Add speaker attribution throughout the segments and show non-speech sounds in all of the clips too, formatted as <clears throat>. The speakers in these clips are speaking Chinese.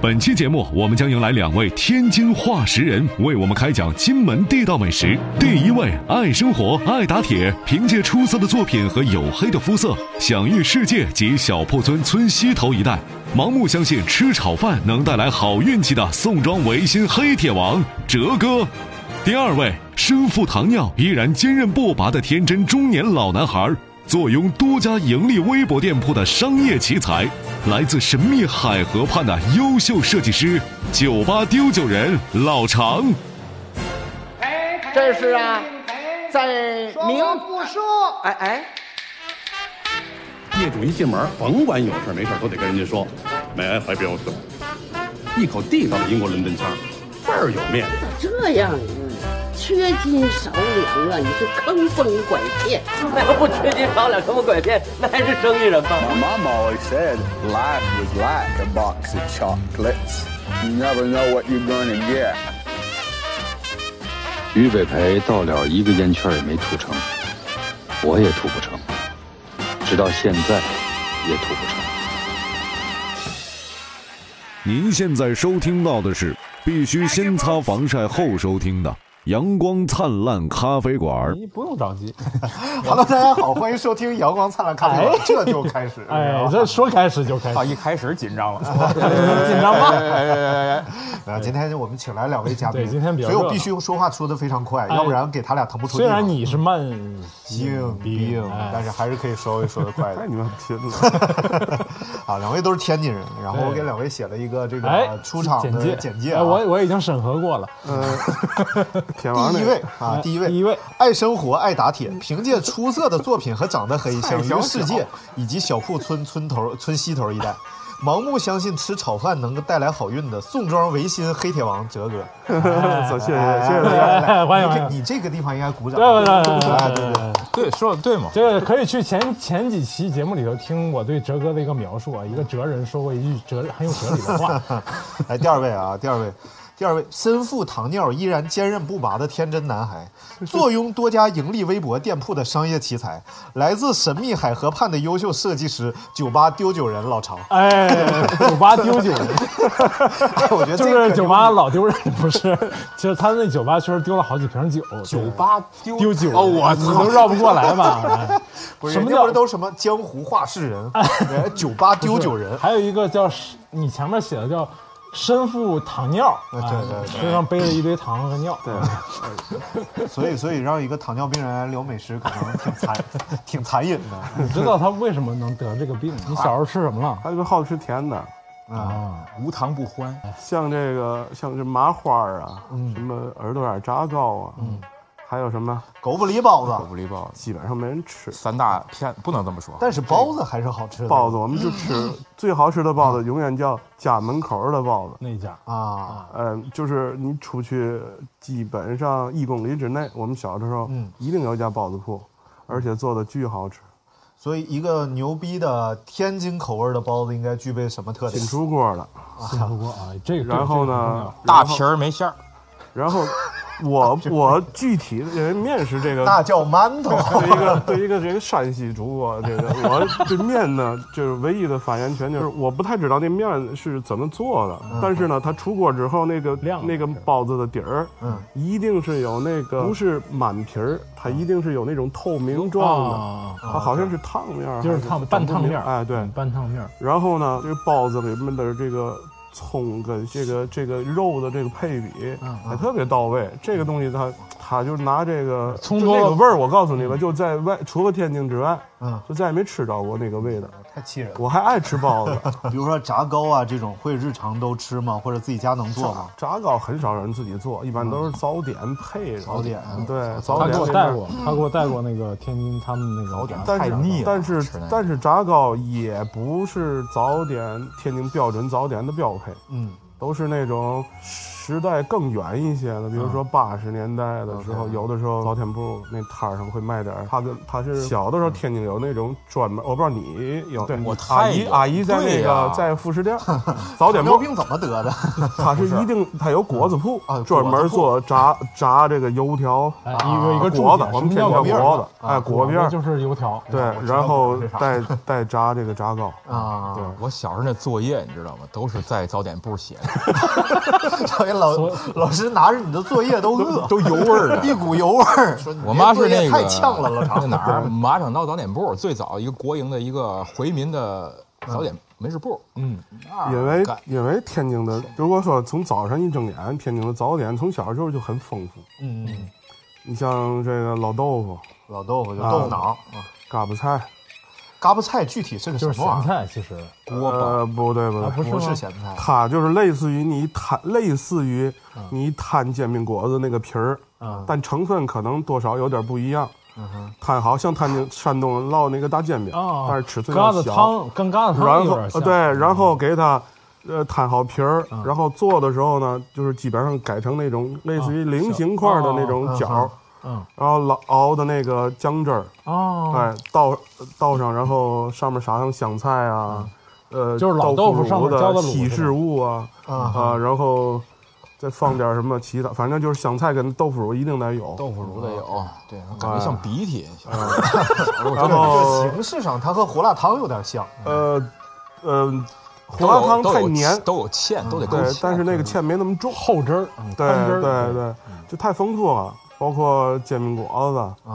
Speaker 1: 本期节目我们将迎来两位天津话石人，为我们开讲金门地道美食。第一位爱生活、爱打铁，凭借出色的作品和黝黑的肤色，享誉世界及小铺村村西头一带。盲目相信吃炒饭能带来好运气的宋庄维新黑铁王哲哥。第二位，身负糖尿依然坚韧不拔的天真中年老男孩，坐拥多家盈利微博店铺的商业奇才，来自神秘海河畔的优秀设计师，酒吧丢酒人老常。
Speaker 2: 这是啊，在
Speaker 3: 哎说
Speaker 2: 明
Speaker 3: 我不说，
Speaker 2: 哎哎，
Speaker 4: 业主一进门，甭管有事没事都得跟人家说，May I help you？一口地道的英国伦敦腔，倍儿有面子。
Speaker 5: 这样啊，缺斤少两啊，你是坑蒙拐骗。
Speaker 6: 那要不缺斤少两，什么拐骗，那还是生意人吗？
Speaker 7: My mom always said life was like a box of chocolates. You never know what you're gonna get.
Speaker 8: 俞北培到了一个烟圈也没吐成，我也吐不成，直到现在也吐不成。
Speaker 1: 您现在收听到的是必须先擦防晒后收听的《阳光灿烂咖啡馆》。
Speaker 9: 不用着急，
Speaker 10: Hello，大家好，欢迎收听《阳光灿烂咖啡馆》，这就开始。 <laughs>
Speaker 9: 哎，这说开始就开
Speaker 10: 好，
Speaker 9: 始，
Speaker 10: 啊一开始紧张了，
Speaker 9: <laughs> 紧张吗
Speaker 10: <laughs> 哎哎哎哎哎！啊，今天我们请来两位嘉宾，
Speaker 9: 对今天比较
Speaker 10: 所以我
Speaker 9: 热
Speaker 10: 必须说话说的非常快，
Speaker 9: 哎
Speaker 10: 要不然给他俩腾不出地
Speaker 9: 虽
Speaker 10: 方。
Speaker 9: 然你是慢
Speaker 10: 硬
Speaker 9: 兵
Speaker 10: 硬，
Speaker 9: 哎
Speaker 10: 但是还是可以稍微说的快
Speaker 11: 哎，
Speaker 10: 的。
Speaker 11: 你们天呐！
Speaker 10: <laughs> 啊，两位都是天津人，然后我给两位写了一个这
Speaker 9: 哎
Speaker 10: 个出场
Speaker 9: 简
Speaker 10: 的
Speaker 9: 介
Speaker 10: 简介
Speaker 9: 哎
Speaker 10: 啊。
Speaker 9: 我我已经审核
Speaker 10: <laughs>
Speaker 9: 过了，
Speaker 11: 天王
Speaker 10: 第
Speaker 11: 那
Speaker 10: 一
Speaker 11: 个
Speaker 10: 位啊，
Speaker 9: <laughs> 哎
Speaker 10: 第一位，
Speaker 9: 第一位，
Speaker 10: 爱生活，爱打
Speaker 9: <laughs>
Speaker 10: 铁，凭借出色的作品和长得黑，享誉世界以及小铺村村头、村西头一带，盲目相信吃炒饭能够带来好运的宋庄维新黑铁王哲
Speaker 9: <laughs>
Speaker 10: 哥，
Speaker 11: 走，谢谢谢谢大
Speaker 9: 哎
Speaker 11: 家。
Speaker 9: 哎哎 <laughs> 欢迎
Speaker 10: 你
Speaker 9: 欢
Speaker 10: 这
Speaker 9: 迎
Speaker 10: 你这个地方应该鼓掌，
Speaker 9: 对对对
Speaker 10: 哎
Speaker 9: 对
Speaker 10: 对对，
Speaker 11: 对，说的对嘛。
Speaker 9: 这个可以去前前几期节目里头听我对哲哥的一个描述啊，一个哲人说过一句哲很有哲理的话，
Speaker 10: <laughs> 来第二位啊，第二位，第二位，身负糖尿依然坚韧不拔的天真男孩，坐拥多家盈利微博店铺的商业奇才，来自神秘海河畔的优秀设计师，酒吧丢酒人老常。
Speaker 9: 哎，酒吧丢酒 <laughs> 人，
Speaker 10: 我觉得这
Speaker 9: 就
Speaker 10: 个
Speaker 9: 是
Speaker 10: 可
Speaker 9: 酒
Speaker 10: 牛
Speaker 9: 吧老丢人，不是，其实他那酒吧确实丢了好几瓶酒，酒吧丢丢酒，哦，我你都绕不过来吧？哎
Speaker 10: 不是，
Speaker 9: 什么
Speaker 10: 人家
Speaker 9: 叫
Speaker 10: 不是都什么江湖话事人，人酒吧丢酒人，
Speaker 9: <laughs> 哎还有一个叫是你前面写的叫身负糖尿，
Speaker 10: 对
Speaker 9: 啊
Speaker 10: 对对
Speaker 9: 身上背着一堆糖和尿，对，
Speaker 10: 所以所以让一个糖尿病人来聊美食，可能挺残 <laughs> 挺残忍的 <laughs>
Speaker 9: 你知道他为什么能得这个病吗？你小时候吃什么了？
Speaker 11: 他特别好吃甜的，
Speaker 10: 啊。
Speaker 9: 无糖不欢，
Speaker 11: 像这个像这麻花啊，什么耳朵眼炸糕啊，还有什么
Speaker 10: 狗不理包子，
Speaker 11: 不离包，基本上没人吃。
Speaker 12: 三大片不能这么说，
Speaker 10: 但是包子还是好吃的。
Speaker 11: 包子我们就吃最好吃的包子，永远叫家门口的包子。
Speaker 9: 那家
Speaker 10: 啊，
Speaker 11: 嗯，就是你出去基本上一公里之内，我们小的时候
Speaker 10: 嗯
Speaker 11: 一定有一家包子铺，而且做的巨好吃，
Speaker 10: 所以一个牛逼的天津口味的包子应该具备什么特点
Speaker 11: 紧？出锅了。
Speaker 9: 信不过啊，这个
Speaker 11: 然后呢？，
Speaker 12: 大皮儿没馅儿。
Speaker 11: 然后我我具体的因为面食这个
Speaker 10: 那叫馒头。
Speaker 11: 对一个对一个这个山西主播，这个我对面呢，就是唯一的发言权就是我不太知道那面是怎么做的，但是呢，它出锅之后那个
Speaker 9: 嗯亮
Speaker 11: 那个包子的底儿，
Speaker 10: 嗯，
Speaker 11: 一定是有那个不是满皮儿，它一定是有那种透明状的，
Speaker 9: 啊，
Speaker 11: 它好像是烫面儿，
Speaker 9: 就是
Speaker 11: 还
Speaker 9: 烫
Speaker 11: 是
Speaker 9: 半烫面儿，
Speaker 11: 哎对
Speaker 9: 嗯。半烫面儿，
Speaker 11: 然后呢，这个包子里面的这个。葱跟这个这个肉的这个配比
Speaker 9: 嗯
Speaker 11: 也特别到位，这个东西它它就拿这个
Speaker 9: 葱
Speaker 11: 就
Speaker 9: 多
Speaker 11: 那
Speaker 9: 了嗯
Speaker 11: 个味儿，我告诉你吧，就在外除了天津之外，
Speaker 10: 嗯，
Speaker 11: 就再也没吃到过那个味道。
Speaker 10: 太气人了。
Speaker 11: 我还爱吃包
Speaker 9: <laughs>
Speaker 11: 子，
Speaker 10: 比如说炸糕啊这种，会日常都吃吗？或者自己家能做吗？
Speaker 11: 炸糕很少有人自己做，一般都是早点配着。
Speaker 10: 早点
Speaker 9: 嗯
Speaker 10: 啊
Speaker 11: 对，
Speaker 9: 他
Speaker 11: 早
Speaker 9: 给
Speaker 11: 点
Speaker 9: 我带过，他给我带过那个天津他们那个
Speaker 11: 但
Speaker 12: 太腻了
Speaker 11: 是但是
Speaker 12: 吃那个
Speaker 11: 但是炸糕也不是早点天津标准早点的标配，
Speaker 10: 嗯，
Speaker 11: 都是那种。时代更远一些的，比如说八十年代的时候，
Speaker 12: OK
Speaker 11: 有的时候早点铺那摊儿上会卖点儿，他的他是小的时候天津有那种专门，我不知道你有，对，
Speaker 12: 我
Speaker 11: 阿
Speaker 12: 太
Speaker 11: 姨
Speaker 12: 有
Speaker 11: 阿姨在那
Speaker 12: 对
Speaker 11: 个
Speaker 12: 呀
Speaker 11: 在副食店早点铺
Speaker 10: 糖尿病怎么得的？
Speaker 11: 他是一定他有果子铺，专门做炸炸这个油条，啊
Speaker 9: 哎一个一个
Speaker 11: 果子
Speaker 9: 注解，
Speaker 11: 我们
Speaker 9: 什
Speaker 11: 天
Speaker 9: 么
Speaker 11: 津
Speaker 9: 叫果
Speaker 11: 叫果
Speaker 9: 子
Speaker 11: 子，哎，果
Speaker 9: 啊果
Speaker 11: 边
Speaker 9: 子就是油条
Speaker 11: 对
Speaker 9: 啊我，知道
Speaker 11: 然后
Speaker 9: 果子是啥
Speaker 11: <laughs> 再再炸这个炸糕，
Speaker 10: 啊， <laughs>
Speaker 11: 对。
Speaker 12: <laughs> 我小时候那作业你知道吗？都是在早点部写的，
Speaker 10: 所以老老师拿着你的作业都饿，
Speaker 12: 都油味儿
Speaker 10: <laughs> 一
Speaker 12: 的。
Speaker 10: 股油味儿。
Speaker 12: 我妈是那个
Speaker 10: 你这作业太呛了，老
Speaker 12: 在
Speaker 10: 常
Speaker 12: 哪儿？马场道早点部最早一个国营的一个回民的早点门市部。嗯，那
Speaker 11: 因为
Speaker 12: 干
Speaker 11: 因为天津的，如果说从早上一睁眼，天津的早点从小时候就很丰富。
Speaker 10: 嗯，嗯
Speaker 11: 你像这个老豆腐、
Speaker 10: <laughs> 老豆腐就豆腐脑啊，
Speaker 11: 嘎巴菜，
Speaker 10: 嘎巴菜具体是个什
Speaker 9: 就是咸
Speaker 10: 么玩意儿？
Speaker 9: 菜，其实
Speaker 12: 锅巴，
Speaker 11: 呃，不对不
Speaker 9: 啊
Speaker 11: 对，
Speaker 9: 不是
Speaker 10: 不
Speaker 9: 吗
Speaker 10: 是咸菜，
Speaker 11: 它就是类似于你一摊，类似于你一摊煎饼果子那个皮儿，
Speaker 10: 嗯
Speaker 11: 但成分可能多少有点不一样。
Speaker 10: 嗯哼，
Speaker 11: 摊好像摊津山东人烙那个大煎饼，
Speaker 9: 啊，
Speaker 11: 但是尺寸
Speaker 9: 疙
Speaker 11: 要
Speaker 9: 瘩
Speaker 11: 小。
Speaker 9: 汤跟疙瘩汤
Speaker 11: 然
Speaker 9: 有
Speaker 11: 后
Speaker 9: 点
Speaker 11: 呃
Speaker 9: 像，
Speaker 11: 对，然后给它，呃，摊好皮儿
Speaker 9: 嗯，
Speaker 11: 然后做的时候呢，就是基本上改成那种类似于菱形块的那种角儿，
Speaker 9: 嗯
Speaker 11: 然后老熬的那个姜汁儿，
Speaker 9: 哦，
Speaker 11: 哎，倒倒上，然后上面撒上香菜啊，呃，
Speaker 9: 就是老豆
Speaker 11: 豆
Speaker 9: 腐上面
Speaker 11: 乳
Speaker 9: 浇的
Speaker 11: 的
Speaker 9: 卤
Speaker 11: 起
Speaker 9: 是吧
Speaker 11: 士物啊，
Speaker 10: 啊，
Speaker 11: 啊，然后再放点什么其他，反正就是香菜跟豆腐乳一定得有，
Speaker 12: 豆腐乳的有，对，感觉像鼻涕。小时候
Speaker 11: 然
Speaker 10: 这
Speaker 11: 后
Speaker 10: 个形式上它和胡辣汤有点像，
Speaker 11: 呃，呃，
Speaker 12: 都
Speaker 11: 胡辣
Speaker 12: 有
Speaker 11: 汤
Speaker 12: 都
Speaker 11: 太
Speaker 12: 有
Speaker 11: 黏，嗯
Speaker 12: 都有嗯芡，都得勾
Speaker 11: 对
Speaker 12: 芡。，
Speaker 11: 但是那个芡没那么重。
Speaker 9: 后汁儿，嗯
Speaker 11: 对
Speaker 9: 汤汁儿
Speaker 11: 对对，就太丰富了，包括煎饼果
Speaker 10: 啊，
Speaker 11: 子，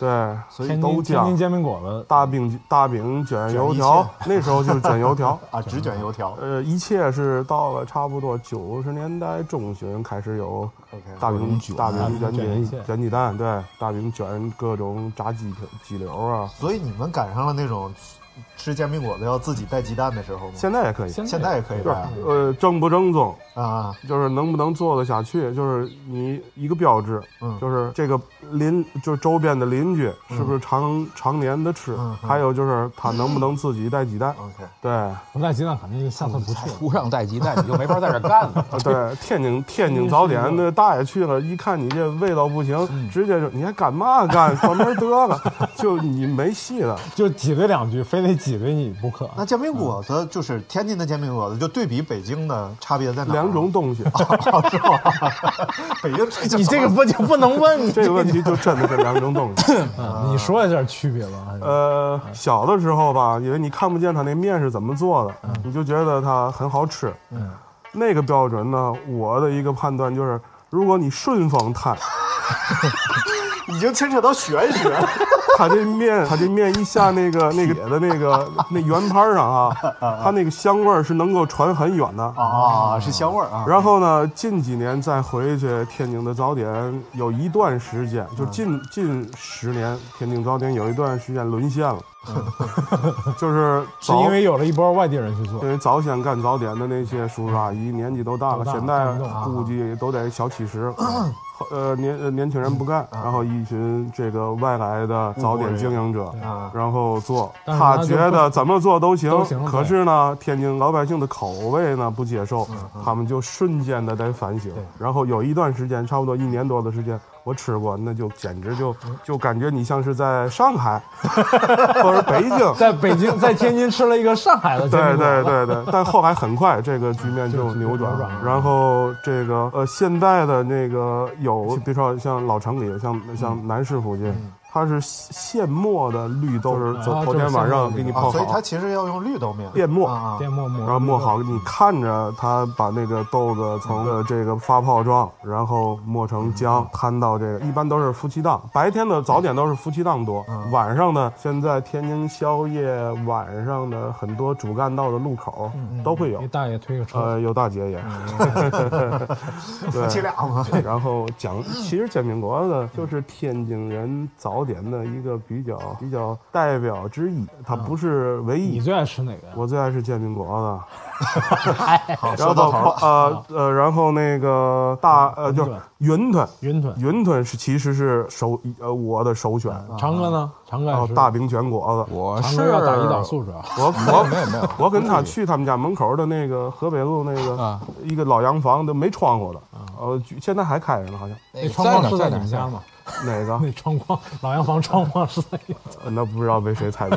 Speaker 11: 对，
Speaker 10: 所以
Speaker 9: 天
Speaker 11: 豆
Speaker 9: 津天津
Speaker 11: 浆、
Speaker 9: 煎饼果子，
Speaker 11: 大饼大饼卷油
Speaker 10: 卷
Speaker 11: 条，那时候就是卷油条。
Speaker 10: 啊，只卷油条
Speaker 11: 呃，一切是到了差不多九十年代中旬开始有
Speaker 10: ，OK，
Speaker 11: 大
Speaker 12: 各
Speaker 11: 饼
Speaker 12: 种卷
Speaker 11: 大
Speaker 9: 大
Speaker 11: 饼
Speaker 9: 饼
Speaker 11: 卷
Speaker 9: 卷一切
Speaker 11: 鸡卷鸡蛋，对，大饼卷各种炸鸡腿鸡柳啊，
Speaker 10: 所以你们赶上了那种吃煎饼果子要自己带鸡蛋的时候吗？
Speaker 11: 现在也可以，
Speaker 10: 现在也可以
Speaker 11: 就是
Speaker 10: 吧？
Speaker 11: 呃正不正宗，
Speaker 10: 啊，
Speaker 11: 就是能不能做得下去，就是你一个标志，
Speaker 10: 嗯
Speaker 11: 就是这个邻，就是周边的邻居是不是常、常年的吃，
Speaker 10: 嗯嗯嗯
Speaker 11: 还有就是他能不能自己带鸡蛋，
Speaker 10: ，OK，
Speaker 11: 对啊
Speaker 9: 不带鸡蛋肯定就下次不去了。
Speaker 12: 不让带鸡蛋，你就没法在这干了。
Speaker 10: <laughs>
Speaker 11: 对，天津天津早点那大爷去了，一看你这味道不行，
Speaker 10: 嗯
Speaker 11: 直接就你还干嘛干，关门得了，就你没戏了。
Speaker 9: 就挤兑两句，非得挤兑你不可。
Speaker 10: 那煎饼果子就是天津的煎饼果子，就对比北京的差别在哪儿？
Speaker 11: 两种东西，
Speaker 10: 是吧？北京吃
Speaker 9: 你这个不就不能问你
Speaker 11: 这个问题就真的是两种东西。
Speaker 9: 嗯你说一下区别吧。
Speaker 11: 呃，小的时候吧，因为你看不见它那面是怎么做的，你就觉得它很好吃。
Speaker 9: 嗯，
Speaker 11: 那个标准呢，我的一个判断就是，如果你顺风摊，
Speaker 10: 已经牵扯到玄学
Speaker 11: <laughs>
Speaker 10: 了。
Speaker 11: 它这面，它这面一下那个那个铁的那个那圆盘上啊，它那个香味儿是能够传很远的。
Speaker 10: 啊，是香味儿啊。
Speaker 11: 然后呢，近几年再回去天津的早点，有一段时间，就近
Speaker 9: 嗯
Speaker 11: 近十年，天津早点有一段时间沦陷了， <laughs> 就是
Speaker 9: 嗯是
Speaker 11: 早
Speaker 9: 因为有了一波外地人去做
Speaker 11: 因，为早先干早点的那些叔叔阿姨年纪都大
Speaker 9: 都
Speaker 11: 了，
Speaker 9: 大了
Speaker 11: 现
Speaker 9: 干不动
Speaker 11: 在
Speaker 9: 啊
Speaker 11: 估计都得小
Speaker 9: <clears throat>
Speaker 11: 七十。后呃，年呃年轻人不
Speaker 9: 嗯
Speaker 11: 干，然后一群这个外来的早点经营者，
Speaker 10: 啊，
Speaker 11: 然后做，
Speaker 9: 但是他
Speaker 11: 他
Speaker 9: 就
Speaker 11: 觉得怎么做都行
Speaker 9: 都行。
Speaker 11: 可是呢，天津老百姓的口味呢不接受，他们就瞬间的得反省
Speaker 9: 嗯对。
Speaker 11: 然后有一段时间，差不多一年多的时间，我吃过，那就简直就
Speaker 9: 嗯
Speaker 11: 就感觉你像是在上海 <laughs> 或者北京。
Speaker 9: 在北京，在天津吃了一个上海的煎饼
Speaker 11: 对
Speaker 9: 果
Speaker 11: 对
Speaker 9: 子，
Speaker 11: 对对，但后来很快这个局面就扭转
Speaker 9: 扭
Speaker 11: 了
Speaker 9: 转。了
Speaker 11: 然后这个呃，现在的那个有，比如说像老城里，像像南市附近，它是现磨的绿豆，就是
Speaker 9: 啊
Speaker 11: 昨头
Speaker 9: 就是
Speaker 11: 天晚上
Speaker 9: 现磨的
Speaker 11: 给你
Speaker 9: 绿
Speaker 11: 泡
Speaker 10: 所以它
Speaker 11: 好，
Speaker 10: 其实要用绿豆面
Speaker 11: 变磨。
Speaker 10: 啊
Speaker 9: 对，磨磨，
Speaker 11: 然后磨好，你看着它把那个豆子从呃这个发泡状，然后磨成
Speaker 9: 嗯
Speaker 11: 浆，摊到这个，一般都是夫妻档。白天的早点都是夫妻档多，
Speaker 9: 嗯
Speaker 11: 晚上呢，现在天津宵夜晚上的很多主干道的路口
Speaker 9: 嗯
Speaker 11: 都会有
Speaker 9: 一，大爷推个车，
Speaker 11: 呃，有大姐也，
Speaker 9: 嗯
Speaker 11: <laughs>
Speaker 10: 夫妻
Speaker 11: 对。
Speaker 10: 俩嘛。
Speaker 11: 然后讲，其实煎饼果子就是天津人早早点的一个比较比较代表之一，它不是唯
Speaker 9: 嗯
Speaker 11: 一。
Speaker 9: 你最爱吃哪个呀？
Speaker 11: 我最爱吃煎饼
Speaker 12: <laughs>
Speaker 11: 果子。
Speaker 10: 好
Speaker 11: 然
Speaker 10: 说
Speaker 11: 后
Speaker 10: 到头了
Speaker 11: 呃呃，然后那个大呃就是云吞，
Speaker 9: 云吞，
Speaker 11: 云吞是其实是首呃我的首选。
Speaker 9: 长哥呢？长哥
Speaker 11: 然
Speaker 9: 爱
Speaker 11: 后
Speaker 9: 吃
Speaker 11: 哦大哦饼卷果子，
Speaker 12: 嗯我
Speaker 9: 长哥要打胰岛素是吧？
Speaker 11: 我我
Speaker 12: 没有没有没有啊
Speaker 11: 我跟他去他们家门口的那个河北路那个一个老洋房都没窗户的，呃，就现在还开着呢，好像。
Speaker 9: 那窗框是在你们家吗？ <laughs>
Speaker 11: 哪个？
Speaker 9: 那窗框，老洋房窗框是
Speaker 11: <laughs>
Speaker 9: 在你
Speaker 11: 呃那不知道被谁猜到。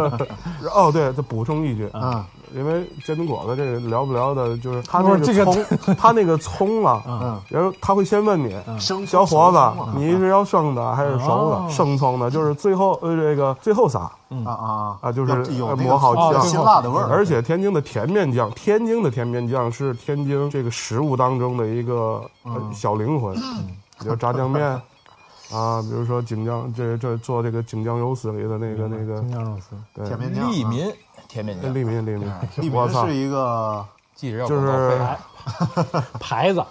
Speaker 11: <laughs> 哦，对，再补充一句啊，因为煎饼果子这个聊不聊的，就是他那
Speaker 9: 不是这
Speaker 11: 个
Speaker 9: 个
Speaker 11: 葱，他那个葱 <laughs> 啊，然后他会先问你，
Speaker 10: 生
Speaker 11: 小伙
Speaker 10: 生葱
Speaker 11: 子
Speaker 10: 啊，
Speaker 11: 你是要生的还是熟
Speaker 9: 哦
Speaker 11: 的？生葱的，就是最后呃这个最后撒
Speaker 10: 啊啊
Speaker 11: 啊，就是
Speaker 10: 有
Speaker 11: 呃
Speaker 10: 那个
Speaker 11: 抹好
Speaker 9: 哦
Speaker 11: 酱，
Speaker 10: 辛辣的味儿，
Speaker 11: 而且天津的甜面酱，天津的甜面酱是天津这个食物当中的一个呃小灵魂，比如炸酱面啊，比如说锦江这这做这个锦江油丝里的那个那个
Speaker 9: 新疆肉丝。
Speaker 11: 对
Speaker 10: 甜面酱啊。
Speaker 12: 利民甜面
Speaker 11: 呃
Speaker 12: 酱，
Speaker 11: 利民利民，
Speaker 9: 啊
Speaker 10: 利
Speaker 11: 我
Speaker 10: 民
Speaker 11: 操
Speaker 10: 是，一个
Speaker 12: 记着要
Speaker 11: 就
Speaker 12: 广告费
Speaker 11: 是
Speaker 12: 啊
Speaker 9: 牌
Speaker 11: 啊
Speaker 9: 子，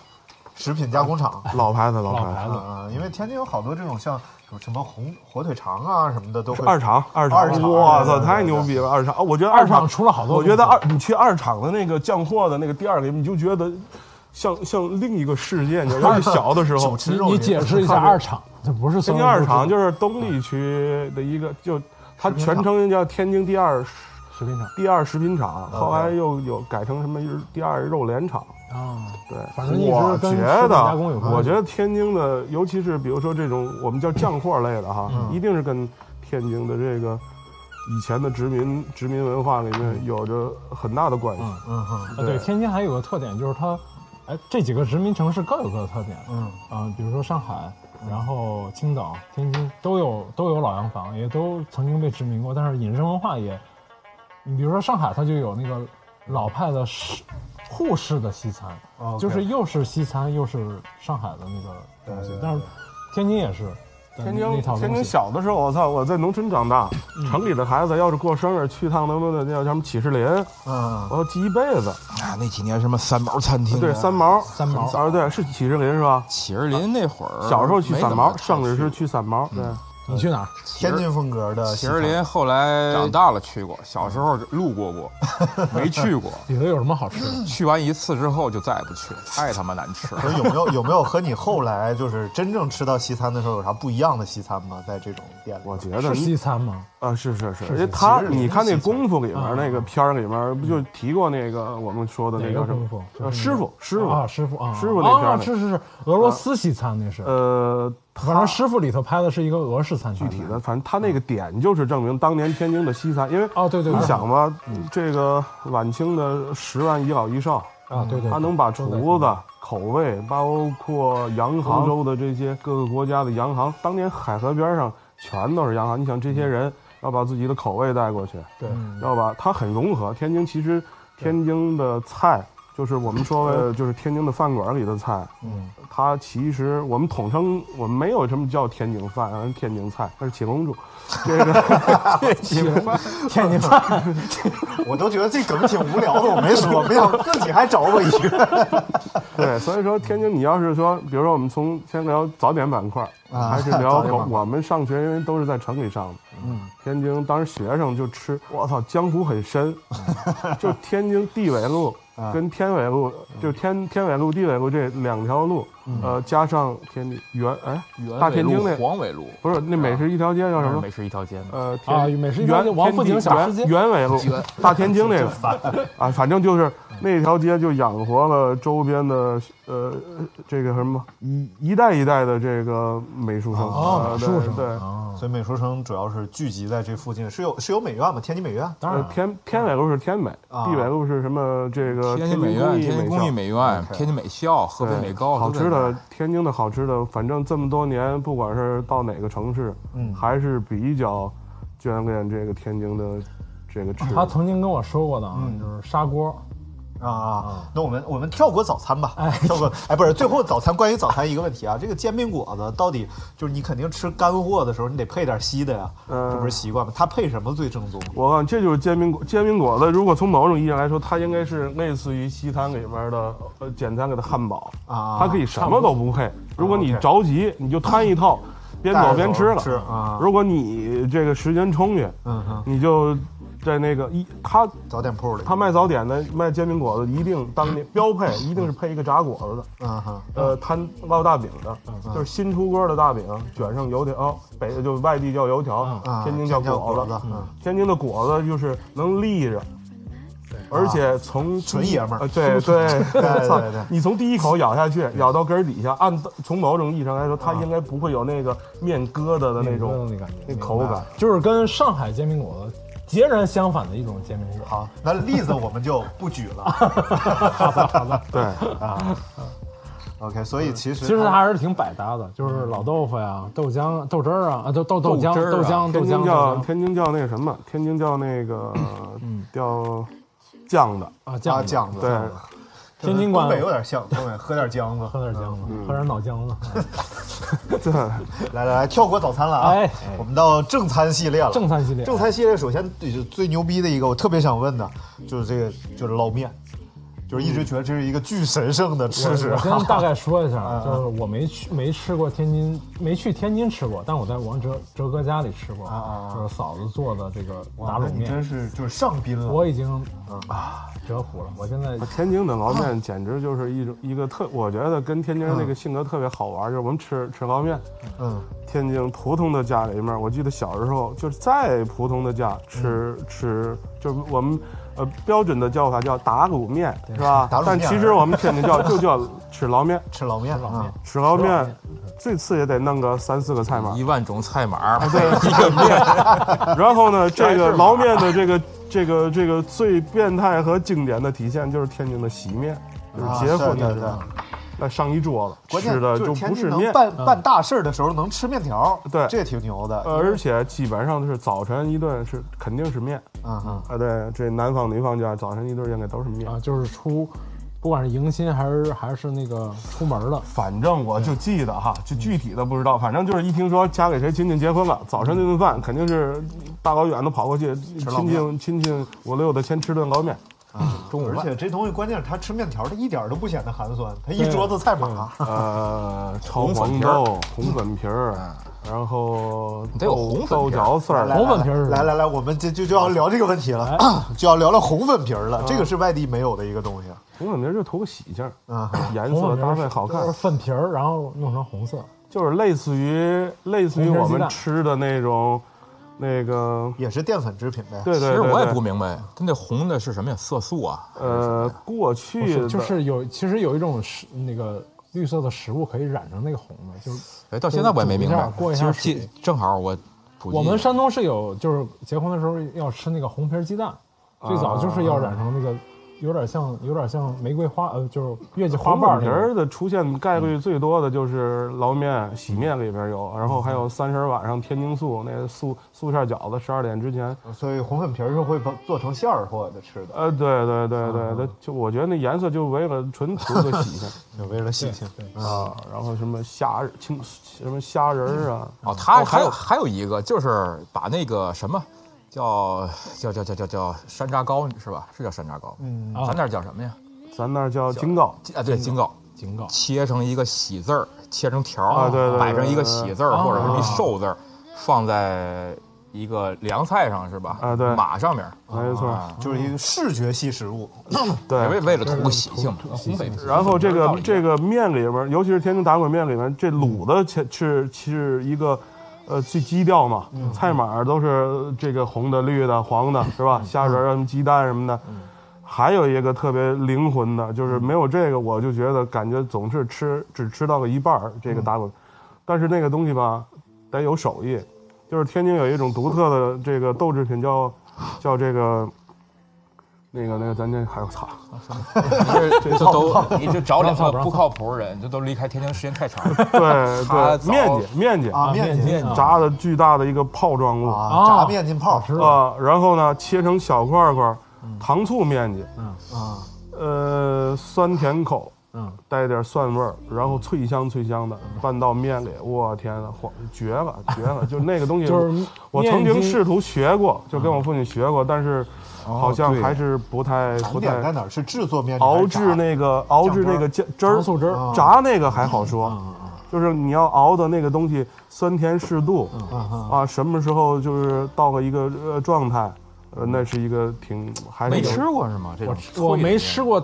Speaker 10: 食品加工厂。
Speaker 11: 老牌子
Speaker 9: 老
Speaker 11: 老牌
Speaker 9: 牌
Speaker 11: 子，
Speaker 9: 子。
Speaker 10: 啊，因为天津有好多这种像什么什么红火腿肠啊什么的都会
Speaker 11: 二厂二
Speaker 10: 二
Speaker 11: 厂，
Speaker 10: 厂
Speaker 11: 我
Speaker 10: 对
Speaker 11: 操
Speaker 10: 对对
Speaker 11: 太牛逼了二厂，哦我觉得二
Speaker 9: 二厂出了好多
Speaker 11: 我觉得
Speaker 9: 东西
Speaker 11: 二你去二厂的那个酱货的那个店儿里，你就觉得像像另一个世界，你知道吗
Speaker 9: <laughs>
Speaker 11: 小的时候
Speaker 10: 手。吃
Speaker 9: 你
Speaker 10: 肉
Speaker 9: 你
Speaker 10: 也，
Speaker 9: 解释一下二厂，这不是
Speaker 11: 天
Speaker 9: 天
Speaker 11: 津二厂就是是东丽区的一个，就它全称叫天津第二食
Speaker 9: 食品厂
Speaker 11: 第二食品厂，
Speaker 9: 嗯
Speaker 11: 后来又有改成什么第二肉联厂。
Speaker 9: 啊。
Speaker 11: 对，
Speaker 9: 反正一直
Speaker 11: 我
Speaker 9: 跟
Speaker 11: 觉
Speaker 9: 食品加工有
Speaker 11: 得，
Speaker 9: 关
Speaker 11: 我觉得天津的，尤其是比如说这种我们叫酱货类的哈，
Speaker 9: 嗯
Speaker 11: 一定是跟天津的这个以前的殖民殖民文化里
Speaker 9: 嗯
Speaker 11: 面有着很大的关系。
Speaker 10: 嗯哼，
Speaker 9: 啊，对，天津还有个特点就是它，哎，这几个殖民城市各有各的特点。
Speaker 10: 嗯
Speaker 9: 啊、比如说上海，然后青岛、天津都有都有老洋房，也都曾经被殖民过，但是饮食文化也，你比如说上海，它就有那个老派的式沪式的西餐，
Speaker 11: 哦
Speaker 10: OK
Speaker 9: 就是又是西餐又是上海的那个东西，
Speaker 10: 对对对
Speaker 9: 但是天津也是。但
Speaker 11: 天
Speaker 9: 那
Speaker 11: 津，
Speaker 9: 套
Speaker 11: 天
Speaker 9: 东
Speaker 11: 津
Speaker 9: 西，嗯
Speaker 11: 小的时候，我操，我在农村长大，城里的孩子要是过生日去趟他们的那叫什么启士林，
Speaker 10: 嗯，
Speaker 11: 我要记一辈子。
Speaker 12: 啊那几年什么三毛餐厅啊，
Speaker 11: 对，三毛，
Speaker 9: 嗯三毛嗯
Speaker 11: 啊，对，是启士林是吧？
Speaker 12: 启士林那会儿，
Speaker 11: 小时候去三毛，生
Speaker 12: 上
Speaker 11: 日是去三毛，对，
Speaker 9: 你去哪儿？
Speaker 10: 天津风格的
Speaker 3: 呃其
Speaker 10: 西
Speaker 3: 实
Speaker 10: 餐
Speaker 3: 林后来
Speaker 12: 长大了去过，小时候路过过，没去过。 <laughs>
Speaker 9: 里头有什么好吃的？
Speaker 12: 去完一次之后就再也不去，太他妈难吃了。
Speaker 10: 可是有没有有没有和你后来就是真正吃到西餐的时候有啥不一样的西餐吗？在这种店里，
Speaker 11: 我觉得
Speaker 9: 是
Speaker 11: 你
Speaker 9: 西餐吗？
Speaker 11: 啊，是是是，
Speaker 9: 是
Speaker 11: 因为
Speaker 9: 是
Speaker 11: 他
Speaker 10: 其实
Speaker 11: 你看那
Speaker 10: 是
Speaker 11: 功夫里面那个片儿里面不就提过那个我们说的那
Speaker 9: 啊哪
Speaker 11: 个
Speaker 9: 个
Speaker 11: 什
Speaker 9: 功
Speaker 11: 么
Speaker 9: 夫？
Speaker 11: 呃师傅师傅
Speaker 9: 啊，师傅啊，
Speaker 11: 师傅那片儿
Speaker 9: 啊，
Speaker 11: 呢
Speaker 9: 是是是，俄罗斯西餐那是。
Speaker 11: 呃，
Speaker 9: 反正
Speaker 11: 他
Speaker 9: 师傅里头拍的是一个俄式餐
Speaker 11: 具
Speaker 9: 厅，
Speaker 11: 体的，反正他那个点就是证明当年天津的西餐，因为
Speaker 9: 哦对对嗯
Speaker 11: 你
Speaker 9: 对
Speaker 11: 想吧，这个晚清的十万一老一少，
Speaker 9: 啊，对对，
Speaker 11: 他
Speaker 9: 对
Speaker 11: 能把
Speaker 9: 都在嗯
Speaker 11: 厨子口味，包括洋行，欧洲的这些各个国家的洋行，当年海河边上全都是洋行。你想这
Speaker 9: 嗯
Speaker 11: 些人要把自己的口味带过去，
Speaker 9: 对，嗯
Speaker 11: 要把它很融合。天津其实天津的菜。就是我们说，呃就是天津的饭馆里的菜，嗯，它其实我们统称，我们没有什么叫天津饭，而是天津菜，它是铁公主，这个天津饭，
Speaker 9: 天津饭，
Speaker 10: 我都觉得这梗挺无聊的，我没说，没想到自己还找我一个。 <laughs>
Speaker 11: 对，所以说天津，你要是说，比如说我们从先聊早点板块，
Speaker 10: 啊
Speaker 11: 还
Speaker 10: <laughs>
Speaker 11: 是
Speaker 10: 早
Speaker 11: 聊
Speaker 10: 点板块
Speaker 11: 我们上学，因为都是在城里上的。嗯，天津当时学生就吃，我操，江湖
Speaker 10: <laughs>
Speaker 11: 很深，就天津地纬路
Speaker 10: 啊
Speaker 11: 跟天纬路，
Speaker 10: 嗯
Speaker 11: 就天天纬路、地纬路这两条路，呃，加上天津原哎
Speaker 12: 原
Speaker 11: 大
Speaker 12: 纬
Speaker 11: 天津
Speaker 12: 路
Speaker 11: 那
Speaker 12: 黄纬路
Speaker 11: 不是那
Speaker 10: 啊
Speaker 11: 美食一条街叫什么？
Speaker 10: 嗯
Speaker 3: 美食一条街嘛。
Speaker 11: 呃，天
Speaker 9: 啊美食一条
Speaker 11: 原
Speaker 9: 街王府井小吃街
Speaker 11: 原纬路、大
Speaker 12: <laughs>
Speaker 11: 天津那个，啊，反正就是那条街就养活了周边的呃这个什么一一代一代的这个美术生
Speaker 9: 哦
Speaker 11: 呃
Speaker 9: 美
Speaker 11: 对
Speaker 9: 术生
Speaker 11: 对，
Speaker 10: 所以美术生主要是聚集在这附近，是有是有美院吗？天津美院？
Speaker 9: 当
Speaker 11: 呃
Speaker 9: 然
Speaker 11: 天天纬路是天美，
Speaker 10: 啊
Speaker 11: 地纬路是什么这个
Speaker 12: 呃天津美院、天津工艺
Speaker 11: 校
Speaker 12: 美院、天津美校、河北
Speaker 11: 对
Speaker 12: 美高，
Speaker 11: 好
Speaker 12: 都在那
Speaker 11: 吃的
Speaker 12: 儿，
Speaker 11: 天津的好吃的，反正这么多年，不管是到哪个城市，
Speaker 10: 嗯
Speaker 11: 还是比较眷恋这个天津的这个吃的。
Speaker 9: 他曾经跟我说过的啊，
Speaker 10: 嗯
Speaker 9: 就是砂锅，
Speaker 10: 啊啊！那我们我们跳过早餐吧
Speaker 9: 哎，
Speaker 10: 跳过哎，不是最后早餐。关于早餐一个问题啊，这个煎饼果子到底就是你肯定吃干货的时候，你得配点稀的呀，
Speaker 11: 嗯
Speaker 10: 这不是习惯吗？它配什么最正宗？
Speaker 11: 我告诉你，这就是煎饼果煎饼果子。如果从某种意义上来说，它应该是类似于西餐里面的呃简单给的汉堡
Speaker 10: 啊
Speaker 11: 它可以什么都不配。如果你
Speaker 10: 啊，OK
Speaker 11: 着急，你就摊一套。边走边吃了。
Speaker 10: 带着走吃啊
Speaker 11: 如果你这个时间充裕，
Speaker 10: 嗯哼
Speaker 11: 你就在那个一他
Speaker 10: 早点铺里，
Speaker 11: 他卖早点的卖煎饼果子，一定当
Speaker 10: <coughs>
Speaker 11: 地标配一定是配一个炸果子的。
Speaker 10: 嗯哼，
Speaker 11: 呃，摊烙大饼的，就是新出锅的大饼，卷上油条，哦北就外地叫油条，
Speaker 10: 啊
Speaker 11: 天津叫
Speaker 10: 天
Speaker 11: 果
Speaker 10: 津叫果子嗯
Speaker 11: 天啊津的果子就是能立着，而且从
Speaker 10: 纯爷们儿 <laughs>
Speaker 11: 呃对对
Speaker 10: 对对
Speaker 11: 操
Speaker 10: 对
Speaker 11: 你从第一口咬下去，咬到根儿底下，按从某种意义上来说，它应该不会有那个面疙瘩的那
Speaker 10: 啊
Speaker 11: 种
Speaker 9: 那感觉，
Speaker 11: 那口感。
Speaker 9: 就是跟上海煎饼果子截然相反的一种煎饼果子。
Speaker 10: 好，那例子我们就不举了。
Speaker 9: 好吧，好吧，
Speaker 10: <laughs> 对啊，OK，所以其实
Speaker 9: 其实它还是挺百搭的，就是老豆腐呀、豆浆、豆汁儿啊，啊豆豆豆浆、豆浆、
Speaker 10: 啊
Speaker 9: 豆
Speaker 11: 天津
Speaker 9: 浆、
Speaker 11: 叫
Speaker 9: 豆
Speaker 11: 天津叫那个什么？天津叫那个叫酱的
Speaker 9: 啊
Speaker 10: 啊嗯酱子
Speaker 11: 对，
Speaker 9: 天津管
Speaker 10: 东北嗯有点像，东北喝点浆子，
Speaker 9: 喝点浆子，喝点脑浆子。
Speaker 11: <laughs>
Speaker 9: <laughs>
Speaker 11: 对，
Speaker 10: 来来来，跳过早餐了啊！
Speaker 9: 哎
Speaker 10: 我们到正餐系列了。
Speaker 9: 正餐系列
Speaker 10: 正餐系列首先最最牛逼的一个，我特别想问的，就是这个就是捞面，就是一直觉得这是一个巨神圣的吃食。啊
Speaker 9: 嗯我先大概说一下，啊
Speaker 10: <laughs> 嗯
Speaker 9: 就是我没去没吃过天津，没去天津吃过，但我在王哲哲哥家里吃
Speaker 10: 啊
Speaker 9: 过，啊就是嫂子做的这个打
Speaker 10: 那
Speaker 9: 卤
Speaker 10: 你
Speaker 9: 面，
Speaker 10: 真是嗯就是上宾了。
Speaker 9: 我已经啊折服了，我现在
Speaker 11: 天津的捞面简直就是一种一个特，我觉得跟天津人那个性格特别好玩，就是我们吃吃捞面，
Speaker 10: 嗯，
Speaker 11: 天津普通的家里面，我记得小时候就是再普通的家吃、吃，就是我们呃标准的叫法叫打卤面是吧
Speaker 10: 打？卤面
Speaker 11: 但其实我们天津叫就叫吃捞面，
Speaker 10: 吃老面，啊
Speaker 11: 吃捞
Speaker 9: 吃捞
Speaker 11: 面
Speaker 9: 面
Speaker 11: 最次也得弄个三四个菜码，
Speaker 12: 一万种菜码，
Speaker 11: 对
Speaker 12: 一个面，
Speaker 10: <laughs>
Speaker 11: 然后呢，这
Speaker 12: 全
Speaker 11: 个
Speaker 12: 是
Speaker 11: 捞面的这个这个这个最变态和经典的体现就是天津的席面，就是结
Speaker 10: 啊
Speaker 11: 婚
Speaker 10: 是
Speaker 11: 的
Speaker 10: 对
Speaker 11: 时
Speaker 10: 对
Speaker 11: 候，那上一桌子
Speaker 10: 关键
Speaker 11: 吃的
Speaker 10: 就是天
Speaker 11: 不
Speaker 10: 津
Speaker 11: 是
Speaker 10: 能
Speaker 11: 面，
Speaker 10: 办
Speaker 9: 嗯
Speaker 10: 办大事儿的时候能吃面条，
Speaker 11: 对
Speaker 10: 这也挺牛的。
Speaker 11: 呃而且基本上是早晨一顿是肯定是面
Speaker 10: 嗯嗯，
Speaker 11: 啊，对，这南方女方家早晨一顿应该都是面。
Speaker 9: 啊就是出，不管是迎新还是还是那个出门的，
Speaker 11: 反正我就记得哈，就具体的不知道，反正就是一听说家给谁亲戚结婚了，早晨那顿饭肯定是大老远的跑过去，
Speaker 10: 捞
Speaker 11: 亲
Speaker 10: 面
Speaker 11: 戚亲戚五六的先吃顿捞面，中午
Speaker 10: 而
Speaker 11: 饭。
Speaker 10: 且这东西关键是他吃面条，他一点儿都不显得寒酸，他一桌子菜码。
Speaker 11: 嗯
Speaker 9: 啊
Speaker 11: 呃，炒
Speaker 12: 红
Speaker 11: 黄
Speaker 12: 粉皮儿
Speaker 11: 豆、红粉皮儿，啊然后
Speaker 12: 得有
Speaker 11: 豆
Speaker 12: 红粉
Speaker 11: 豆
Speaker 12: 皮儿
Speaker 11: 角丝儿，
Speaker 10: 来
Speaker 9: 红粉皮儿是哎
Speaker 10: 来来来，我们这就就要聊这个问题了， <clears throat> 就要聊聊红粉皮儿
Speaker 9: 嗯
Speaker 10: 了。这个是外地没有的一个东西
Speaker 11: 红粉皮儿就图个喜庆，
Speaker 10: 啊。
Speaker 11: 颜
Speaker 9: 红
Speaker 11: 色
Speaker 9: 粉皮
Speaker 11: 搭
Speaker 9: 儿
Speaker 11: 配好
Speaker 9: 就是
Speaker 11: 看，
Speaker 9: 粉皮儿，然后弄成红色，
Speaker 11: 就是类似于类似于
Speaker 9: 红皮儿
Speaker 11: 我
Speaker 9: 鸡
Speaker 11: 们
Speaker 9: 蛋
Speaker 11: 吃的那种那个，
Speaker 10: 也是淀粉制品呗。
Speaker 11: 对
Speaker 12: 其
Speaker 11: 对
Speaker 12: 实
Speaker 11: 对，
Speaker 12: 我也
Speaker 11: 对
Speaker 12: 不明白，它那红的是什么呀？色素啊？
Speaker 11: 呃，过
Speaker 9: 不
Speaker 11: 去
Speaker 9: 是
Speaker 11: 的
Speaker 9: 就是有其实有一种食那个绿色的食物可以染成那个红的，就是
Speaker 12: 哎，到现在我也没明白。
Speaker 9: 过一
Speaker 12: 其
Speaker 9: 下
Speaker 12: 实
Speaker 9: 水
Speaker 12: 记正好我普及
Speaker 9: 我们山东是有，就是结婚的时候要吃那个红皮儿鸡蛋，最
Speaker 11: 啊
Speaker 9: 早就是要染成那个，有点像有点像玫瑰花，呃，就是月季花
Speaker 11: 红
Speaker 9: 瓣
Speaker 11: 粉
Speaker 9: 那
Speaker 11: 皮
Speaker 9: 个。
Speaker 11: 儿的出现概率最多的就是捞面、洗面里边有，然后还有三十儿晚上天津素那素素馅饺子，十二点之前
Speaker 10: 所以红粉皮儿是会把做成馅儿或者吃的，
Speaker 11: 呃，对对对
Speaker 9: 啊
Speaker 11: 对，那就我觉得那颜色就为了纯图个喜庆
Speaker 10: 就为了喜庆。
Speaker 11: 啊，然后什么虾仁青什么虾仁儿啊，
Speaker 12: 哦，它
Speaker 11: 哦还
Speaker 12: 还
Speaker 11: 有
Speaker 12: 有还有一个就是把那个什么叫叫叫叫叫叫山楂糕是吧？是叫山楂糕？
Speaker 10: 嗯
Speaker 9: 啊
Speaker 12: 咱那儿叫什么呀？
Speaker 11: 咱那儿叫金糕，
Speaker 12: 啊，对，金糕。
Speaker 9: 警告，
Speaker 12: 切成一个喜字儿，切成条儿，
Speaker 11: 啊对对对
Speaker 12: 摆成一个喜字儿、
Speaker 9: 对对
Speaker 12: 或者是一寿字儿，放在一个凉菜上是吧？
Speaker 11: 啊对
Speaker 12: 马上面儿，
Speaker 11: 没错，
Speaker 10: 就是一个视觉系食物，
Speaker 12: 也为
Speaker 11: 对。
Speaker 12: 为了图个喜庆嘛。红北，
Speaker 11: 然后这
Speaker 12: 道
Speaker 11: 个
Speaker 12: 理
Speaker 11: 这个面里边儿，尤其是天津打滚面里面，这卤的切是是一个，呃，最基调嘛，菜码儿都是这个红的、绿的、黄的，是吧？虾仁儿啊、什么鸡蛋什么的。还有一个特别灵魂的，就是没有这个，我就觉得感觉总是吃只吃到个一半儿这个打滚，但是那个东西吧，得有手艺。就是天津有一种独特的这个豆制品叫，叫这个，那个那个咱这还有操，
Speaker 12: 这这都你就找两
Speaker 9: 不让
Speaker 12: 个
Speaker 9: 放
Speaker 12: 不靠谱的人，这都离开天津时间太长了。
Speaker 11: 对
Speaker 10: <laughs>
Speaker 12: 他
Speaker 11: 对，
Speaker 12: 早
Speaker 11: 面筋面筋
Speaker 10: 啊，面
Speaker 9: 面
Speaker 10: 筋
Speaker 9: 筋啊
Speaker 11: 炸的巨大的一个泡状物啊
Speaker 10: 啊，炸
Speaker 9: 啊
Speaker 10: 面筋泡
Speaker 9: 好吃
Speaker 11: 然后呢切成小块块儿，糖醋面筋，
Speaker 10: 嗯啊，
Speaker 11: 呃，酸甜口，
Speaker 9: 嗯，
Speaker 11: 带点蒜味儿，然后脆香脆香的
Speaker 10: 嗯
Speaker 11: 拌到面里，我天呐，黄绝了绝了！就那
Speaker 10: <laughs>
Speaker 11: 个东西，
Speaker 9: 就是
Speaker 11: 我曾
Speaker 9: 面
Speaker 11: 经
Speaker 9: 筋
Speaker 11: 试图学过，就跟
Speaker 10: 嗯
Speaker 11: 我父亲学过，但是好像还是不太
Speaker 10: 难哦
Speaker 11: 不
Speaker 10: 点在
Speaker 11: 太
Speaker 10: 哪儿？是制作面筋还
Speaker 11: 熬
Speaker 10: 是炸
Speaker 11: 制那个熬制那个酱汁儿
Speaker 9: 糖醋汁儿嗯
Speaker 11: 炸那个还好说，就是你要熬的那个东西酸甜适度，
Speaker 9: 嗯
Speaker 11: 啊，什么时候就是到了一个呃状态，
Speaker 9: 嗯
Speaker 11: 呃，那是一个挺还是
Speaker 9: 没
Speaker 11: 有
Speaker 9: 吃
Speaker 12: 过是
Speaker 11: 啊
Speaker 12: 吗
Speaker 9: 我吃我没吃过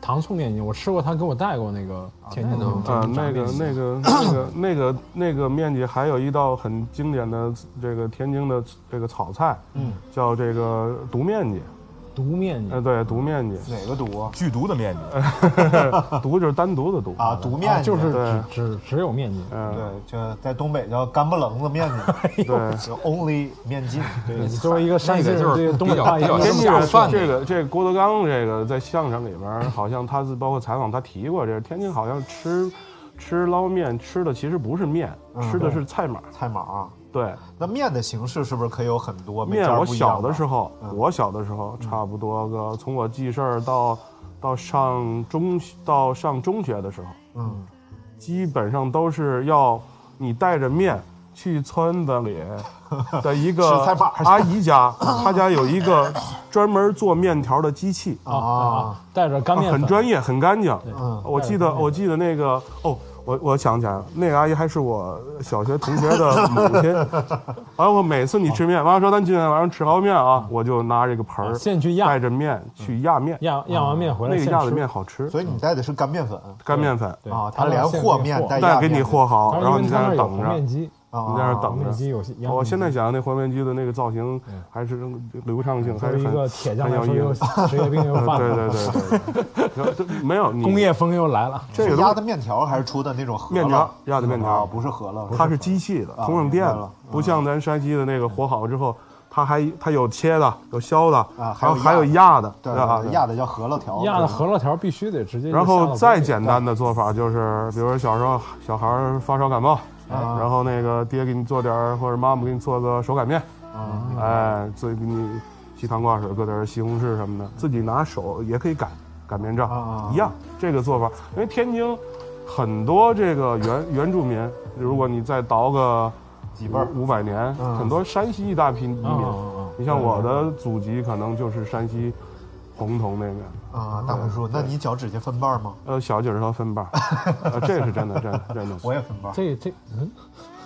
Speaker 9: 糖醋面筋，我吃过他给我带过那个天津的
Speaker 11: 啊，那个那个
Speaker 9: <coughs>
Speaker 11: 那个那个那个面积，还有一道很经典的这个天津的这个炒菜，
Speaker 9: 嗯，
Speaker 11: 叫这个毒面筋。
Speaker 9: 毒面筋，
Speaker 11: 呃，对，毒面筋，
Speaker 10: 哪个毒啊？
Speaker 11: 剧毒的面
Speaker 9: 啊
Speaker 11: 筋，毒就是单独的毒
Speaker 10: 啊毒面筋啊就是
Speaker 11: 对呃
Speaker 9: 只只有面筋，
Speaker 10: 对，这在东北叫干巴棱子面筋，
Speaker 11: 对
Speaker 10: 就，only 面筋。对
Speaker 9: 你哎作为一个山西人，对东北话一定
Speaker 11: 天津
Speaker 9: 下
Speaker 11: 人
Speaker 9: 饭
Speaker 11: 这个这个郭德纲这个在相声里边儿，好像他是包括采访他提过，这个天津好像吃吃捞面吃的其实不是面，
Speaker 10: 嗯
Speaker 11: 吃的是菜码。
Speaker 10: 菜码。啊
Speaker 11: 对，
Speaker 10: 那面的形式是不是可以有很多？每
Speaker 11: 面
Speaker 10: 家
Speaker 11: 我
Speaker 10: 不一样
Speaker 11: 小
Speaker 10: 吧
Speaker 11: 的
Speaker 10: 嗯
Speaker 11: 时候，我小的时候差不多个从我记事儿到到上中到上中学的时候，
Speaker 10: 嗯，
Speaker 11: 基本上都是要你带着面去村子里的
Speaker 10: <laughs>
Speaker 11: 一
Speaker 10: 吃
Speaker 11: 个
Speaker 10: 菜把去
Speaker 11: 阿姨家，她家有一个专门做面条的机器
Speaker 9: 啊，带着干面
Speaker 11: 很
Speaker 9: 粉
Speaker 11: 专业，很干净。
Speaker 9: 嗯
Speaker 11: 我记得我记得那个哦，我我想起来了，那个阿姨还是我小学同学的母
Speaker 9: <laughs>
Speaker 11: 亲。然后我每次你吃面，妈妈说咱今天晚上吃好面啊，我就拿这个盆
Speaker 9: 嗯
Speaker 11: 儿
Speaker 9: 啊现去压，嗯
Speaker 11: 带着面去压面，
Speaker 9: 压压完面回来
Speaker 11: 那
Speaker 9: 现
Speaker 11: 个
Speaker 9: 吃
Speaker 11: 压的面好吃，
Speaker 10: 所以你带的是干面粉
Speaker 11: 干面粉
Speaker 9: 对
Speaker 10: 啊，他连和面啊带
Speaker 11: 再
Speaker 10: 压
Speaker 11: 给你和好，
Speaker 9: 他们
Speaker 11: 然后你
Speaker 9: 因
Speaker 11: 在
Speaker 9: 为他们
Speaker 11: 那儿
Speaker 9: 有
Speaker 11: 等
Speaker 9: 和
Speaker 11: 着，
Speaker 9: 面机
Speaker 11: 你在那儿等
Speaker 9: 和面机嗯有
Speaker 11: 着。哦我现在想那和面机的那个造型还是流畅性，
Speaker 9: 作
Speaker 11: 还
Speaker 9: 为
Speaker 11: 是
Speaker 9: 一
Speaker 11: 很
Speaker 9: 个铁匠
Speaker 11: 很
Speaker 9: 来说，
Speaker 11: 有
Speaker 9: 又
Speaker 11: 意思。
Speaker 9: 职业
Speaker 11: <laughs>
Speaker 9: 病又犯
Speaker 11: 对
Speaker 9: 了，
Speaker 11: 对对
Speaker 9: <laughs>
Speaker 11: 对对，没有你
Speaker 9: 工业风又来了。
Speaker 10: 这个压的面条还是出的那种饸
Speaker 11: 面
Speaker 10: 饹
Speaker 11: 条，压的面条
Speaker 10: 啊不是饸饹，
Speaker 11: 它是机器的，通上电
Speaker 10: 明白
Speaker 11: 的
Speaker 10: 了，啊
Speaker 11: 不像咱山西的那个和好之后，它还它有切的，有削的，
Speaker 10: 啊，
Speaker 11: 然后还
Speaker 10: 还
Speaker 11: 有
Speaker 10: 有
Speaker 11: 压的，
Speaker 10: 对
Speaker 11: 啊
Speaker 10: 对，对压的叫饸饹条，
Speaker 9: 压的饸饹条必须得直接就下
Speaker 11: 然
Speaker 9: 到锅里，
Speaker 11: 后再简单的做法就是，比如说小时候小孩儿发烧感冒，
Speaker 9: 啊
Speaker 11: 然后那个爹给你做点儿，或者妈妈给你做个手擀面，
Speaker 9: 啊
Speaker 11: 哎，自己给你鸡汤挂水，搁点儿西红柿什么的，自己拿手也可以擀擀面
Speaker 9: 啊
Speaker 11: 杖，一样这个做法。因为天津很多这个原原住民，如果你再倒个
Speaker 10: 几辈儿
Speaker 11: 五百年，
Speaker 10: 嗯
Speaker 11: 很多山西一大批移
Speaker 9: 嗯
Speaker 11: 民
Speaker 9: 嗯嗯嗯，
Speaker 11: 你像我的祖籍可能就是山西洪洞那边。
Speaker 10: 啊，大辉叔，那你脚趾甲分瓣吗？
Speaker 11: 呃，小指头分
Speaker 10: <laughs>
Speaker 11: 瓣儿，呃这是真的，真的真的。哎
Speaker 10: 我也分瓣，
Speaker 9: 这这嗯，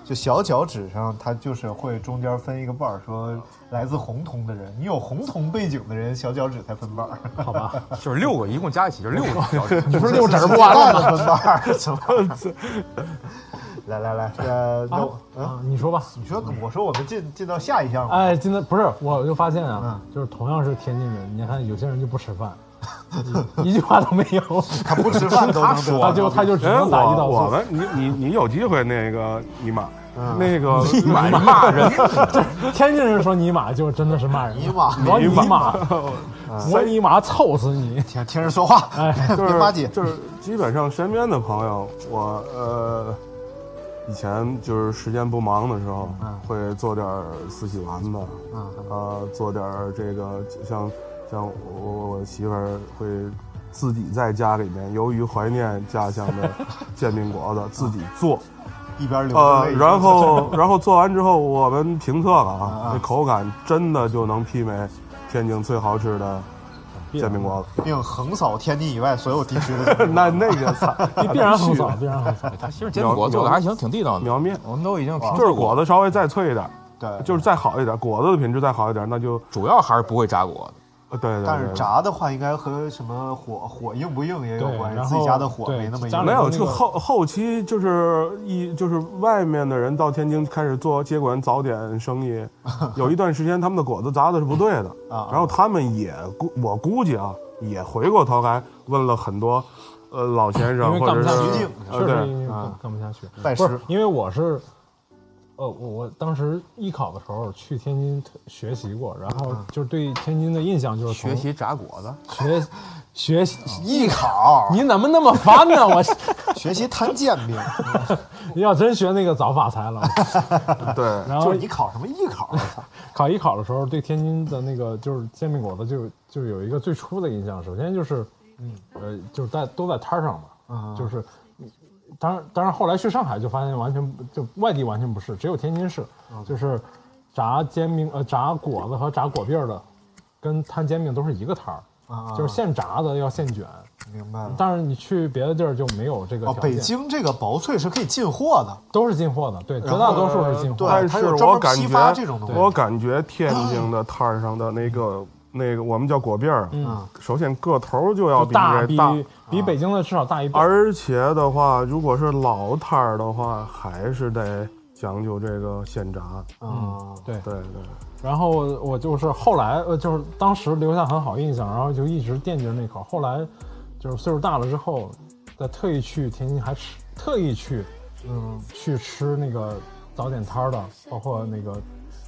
Speaker 10: 就小脚趾上，它就是会中间分一个瓣儿，说来自红铜的人，你有红铜背景的人，小脚趾才分瓣
Speaker 11: <laughs>
Speaker 10: 儿。
Speaker 9: 好吧，
Speaker 12: 就是六个，一共加一起就是六个小时。
Speaker 9: 你
Speaker 12: 你
Speaker 9: 说六指
Speaker 10: 是
Speaker 9: 儿不完了吗？
Speaker 10: 分 <laughs> 瓣儿，什么？
Speaker 11: <laughs>
Speaker 10: <laughs> 来来来，呃，那我
Speaker 9: 啊，你说吧。
Speaker 10: 你说，我说我们进进到下一项吧。
Speaker 9: 哎，今天不是，我就发现啊，就是同样是天津人，你看有些人就不吃饭，一一句话都没有，
Speaker 10: 他不吃饭都能得
Speaker 9: 他就他就只
Speaker 11: 哎，
Speaker 9: 能打一道
Speaker 11: 我我
Speaker 9: 错。
Speaker 11: 们你你你有机会那个尼玛，
Speaker 10: 嗯 <laughs>
Speaker 11: 那个
Speaker 12: 你骂人骂人，
Speaker 9: 天津人说尼玛就真的是骂人，
Speaker 10: 尼玛
Speaker 9: 我尼
Speaker 11: 尼
Speaker 9: 玛，我尼玛臭死你！
Speaker 10: 听听人说话， <laughs>
Speaker 9: 哎
Speaker 11: 就
Speaker 10: 别巴结
Speaker 11: 是。就是基本上身边的朋友，我呃以前就是时间不忙的时候，会做点儿四喜丸子，
Speaker 10: 嗯
Speaker 11: 呃，做点儿这个像像我我我媳妇儿会。自己在家里面，由于怀念家乡
Speaker 10: <laughs>
Speaker 11: 的煎饼果子，自己做，
Speaker 10: 一边流着
Speaker 11: 呃，
Speaker 10: 泪，
Speaker 11: 然后 <laughs> 然后做完之后，我们评测了啊
Speaker 10: 啊，
Speaker 11: 这口感真的就能媲美天津最好吃的煎饼果子。
Speaker 10: 并横扫天津以外所有地区
Speaker 9: <laughs>
Speaker 10: 的
Speaker 11: <laughs> 那那 <laughs> 个菜
Speaker 9: 你必然横扫，必然横扫。
Speaker 12: 他其实煎饼果子做的还行，挺地道的。
Speaker 11: 苗面，
Speaker 12: 我们都已经
Speaker 11: 就是果子稍微再脆一点，呃
Speaker 10: 对，
Speaker 11: 就是再好一点，果子的品质再好一点，那就
Speaker 12: 主要还是不会炸果子。
Speaker 11: 呃对对对。
Speaker 10: 但是炸的话，应该和什么火火硬不硬也有
Speaker 9: 对
Speaker 10: 关
Speaker 9: 然
Speaker 10: 系，
Speaker 9: 后
Speaker 10: 自己家的火
Speaker 9: 对
Speaker 10: 没那么
Speaker 9: 家
Speaker 10: 硬
Speaker 9: 里
Speaker 11: 没有，
Speaker 9: 那
Speaker 11: 就
Speaker 9: 个
Speaker 11: 后后期就是一就是外面的人到天津开始做接管早点生意，
Speaker 10: <laughs>
Speaker 11: 有一段时间他们的果子砸的是不对的
Speaker 10: 啊
Speaker 11: 然后他们也估我估计啊，也回过头来问了很多，呃老先
Speaker 9: 因
Speaker 11: 生
Speaker 9: 为
Speaker 11: 或
Speaker 9: 干
Speaker 11: 者
Speaker 9: 不下
Speaker 11: 是
Speaker 9: 去，
Speaker 11: 呃
Speaker 9: 确实因为
Speaker 11: 对
Speaker 9: 干
Speaker 11: 啊
Speaker 9: 干不下去。
Speaker 10: 拜
Speaker 9: 不
Speaker 10: 师
Speaker 9: 是，因为我是，呃，我我当时艺考的时候去天津特学习过，然后就对天津的印象就是从
Speaker 12: 学习炸果子，
Speaker 9: 学学习。
Speaker 10: 艺考
Speaker 9: 你怎么那么烦呢？我
Speaker 10: <laughs> 学习摊煎饼，
Speaker 9: 啊要真学那个早发财
Speaker 10: <laughs>
Speaker 9: 了。
Speaker 11: 呃对。
Speaker 9: 然
Speaker 10: 就
Speaker 9: 后
Speaker 10: 是你考什么艺考？我操
Speaker 9: 考艺考的时候，对天津的那个就是煎饼果子就就有一个最初的印象。首先就是，呃，就是在都在摊儿上嘛，
Speaker 10: 啊
Speaker 9: 就是，当然当然后来去上海就发现完全不就外地完全不是，只有天津市，
Speaker 10: 啊
Speaker 9: 就是炸煎饼呃炸果子和炸果篦儿的，跟摊煎饼都是一个摊儿。
Speaker 10: 啊
Speaker 9: 就是现炸的要现卷。
Speaker 10: 明白了。
Speaker 9: 但是你去别的地儿就没有这个条
Speaker 10: 哦，
Speaker 9: 件。
Speaker 10: 北京这个薄脆是可以进货的，
Speaker 9: 都是进货的，对，绝大多数是进货。
Speaker 11: 但
Speaker 10: 它
Speaker 11: 是
Speaker 10: 有专
Speaker 11: 我
Speaker 10: 门
Speaker 11: 感
Speaker 10: 批
Speaker 11: 觉
Speaker 10: 发这种东西
Speaker 11: 我感觉天津的摊儿上的那个那个我们叫果篦儿，
Speaker 9: 嗯
Speaker 11: 首先个头就要
Speaker 9: 就
Speaker 11: 比
Speaker 9: 大
Speaker 11: 这
Speaker 9: 比比北京的至少大一倍。
Speaker 11: 而且的话，如果是老摊儿的话，还是得讲究这个现炸。
Speaker 9: 嗯，对
Speaker 11: 对对，
Speaker 9: 然后我就是后来呃，就是当时留下很好印象，然后就一直惦记着那口。后来就是岁数大了之后，再特意去天津还吃，特意去，嗯，去吃那个早点摊儿的，包括那个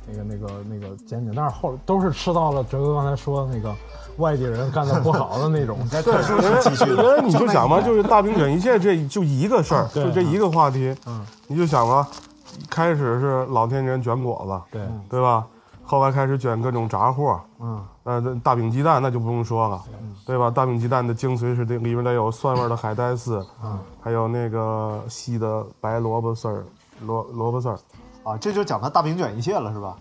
Speaker 9: 那个那个那个煎饼，但是后都是吃到了哲哥刚才说的那个外地人干的不好的那种。
Speaker 11: 对，因为因为你就想吧，就是大饼卷一切，这就一个事儿，
Speaker 9: 对
Speaker 11: 就这一个话题，
Speaker 9: 嗯，
Speaker 11: 你就想吧，开始是老天人卷果子，
Speaker 9: 对
Speaker 11: 对吧？后来开始卷各种杂货，
Speaker 9: 嗯，
Speaker 11: 呃，这大饼鸡蛋那就不用说了，对吧？大饼鸡蛋的精髓是这里面得有蒜味儿的海带丝，
Speaker 10: 嗯，
Speaker 11: 还有那个细的白萝卜丝儿，萝萝卜丝儿，
Speaker 10: 啊，这就讲他大饼卷一切了，是吧？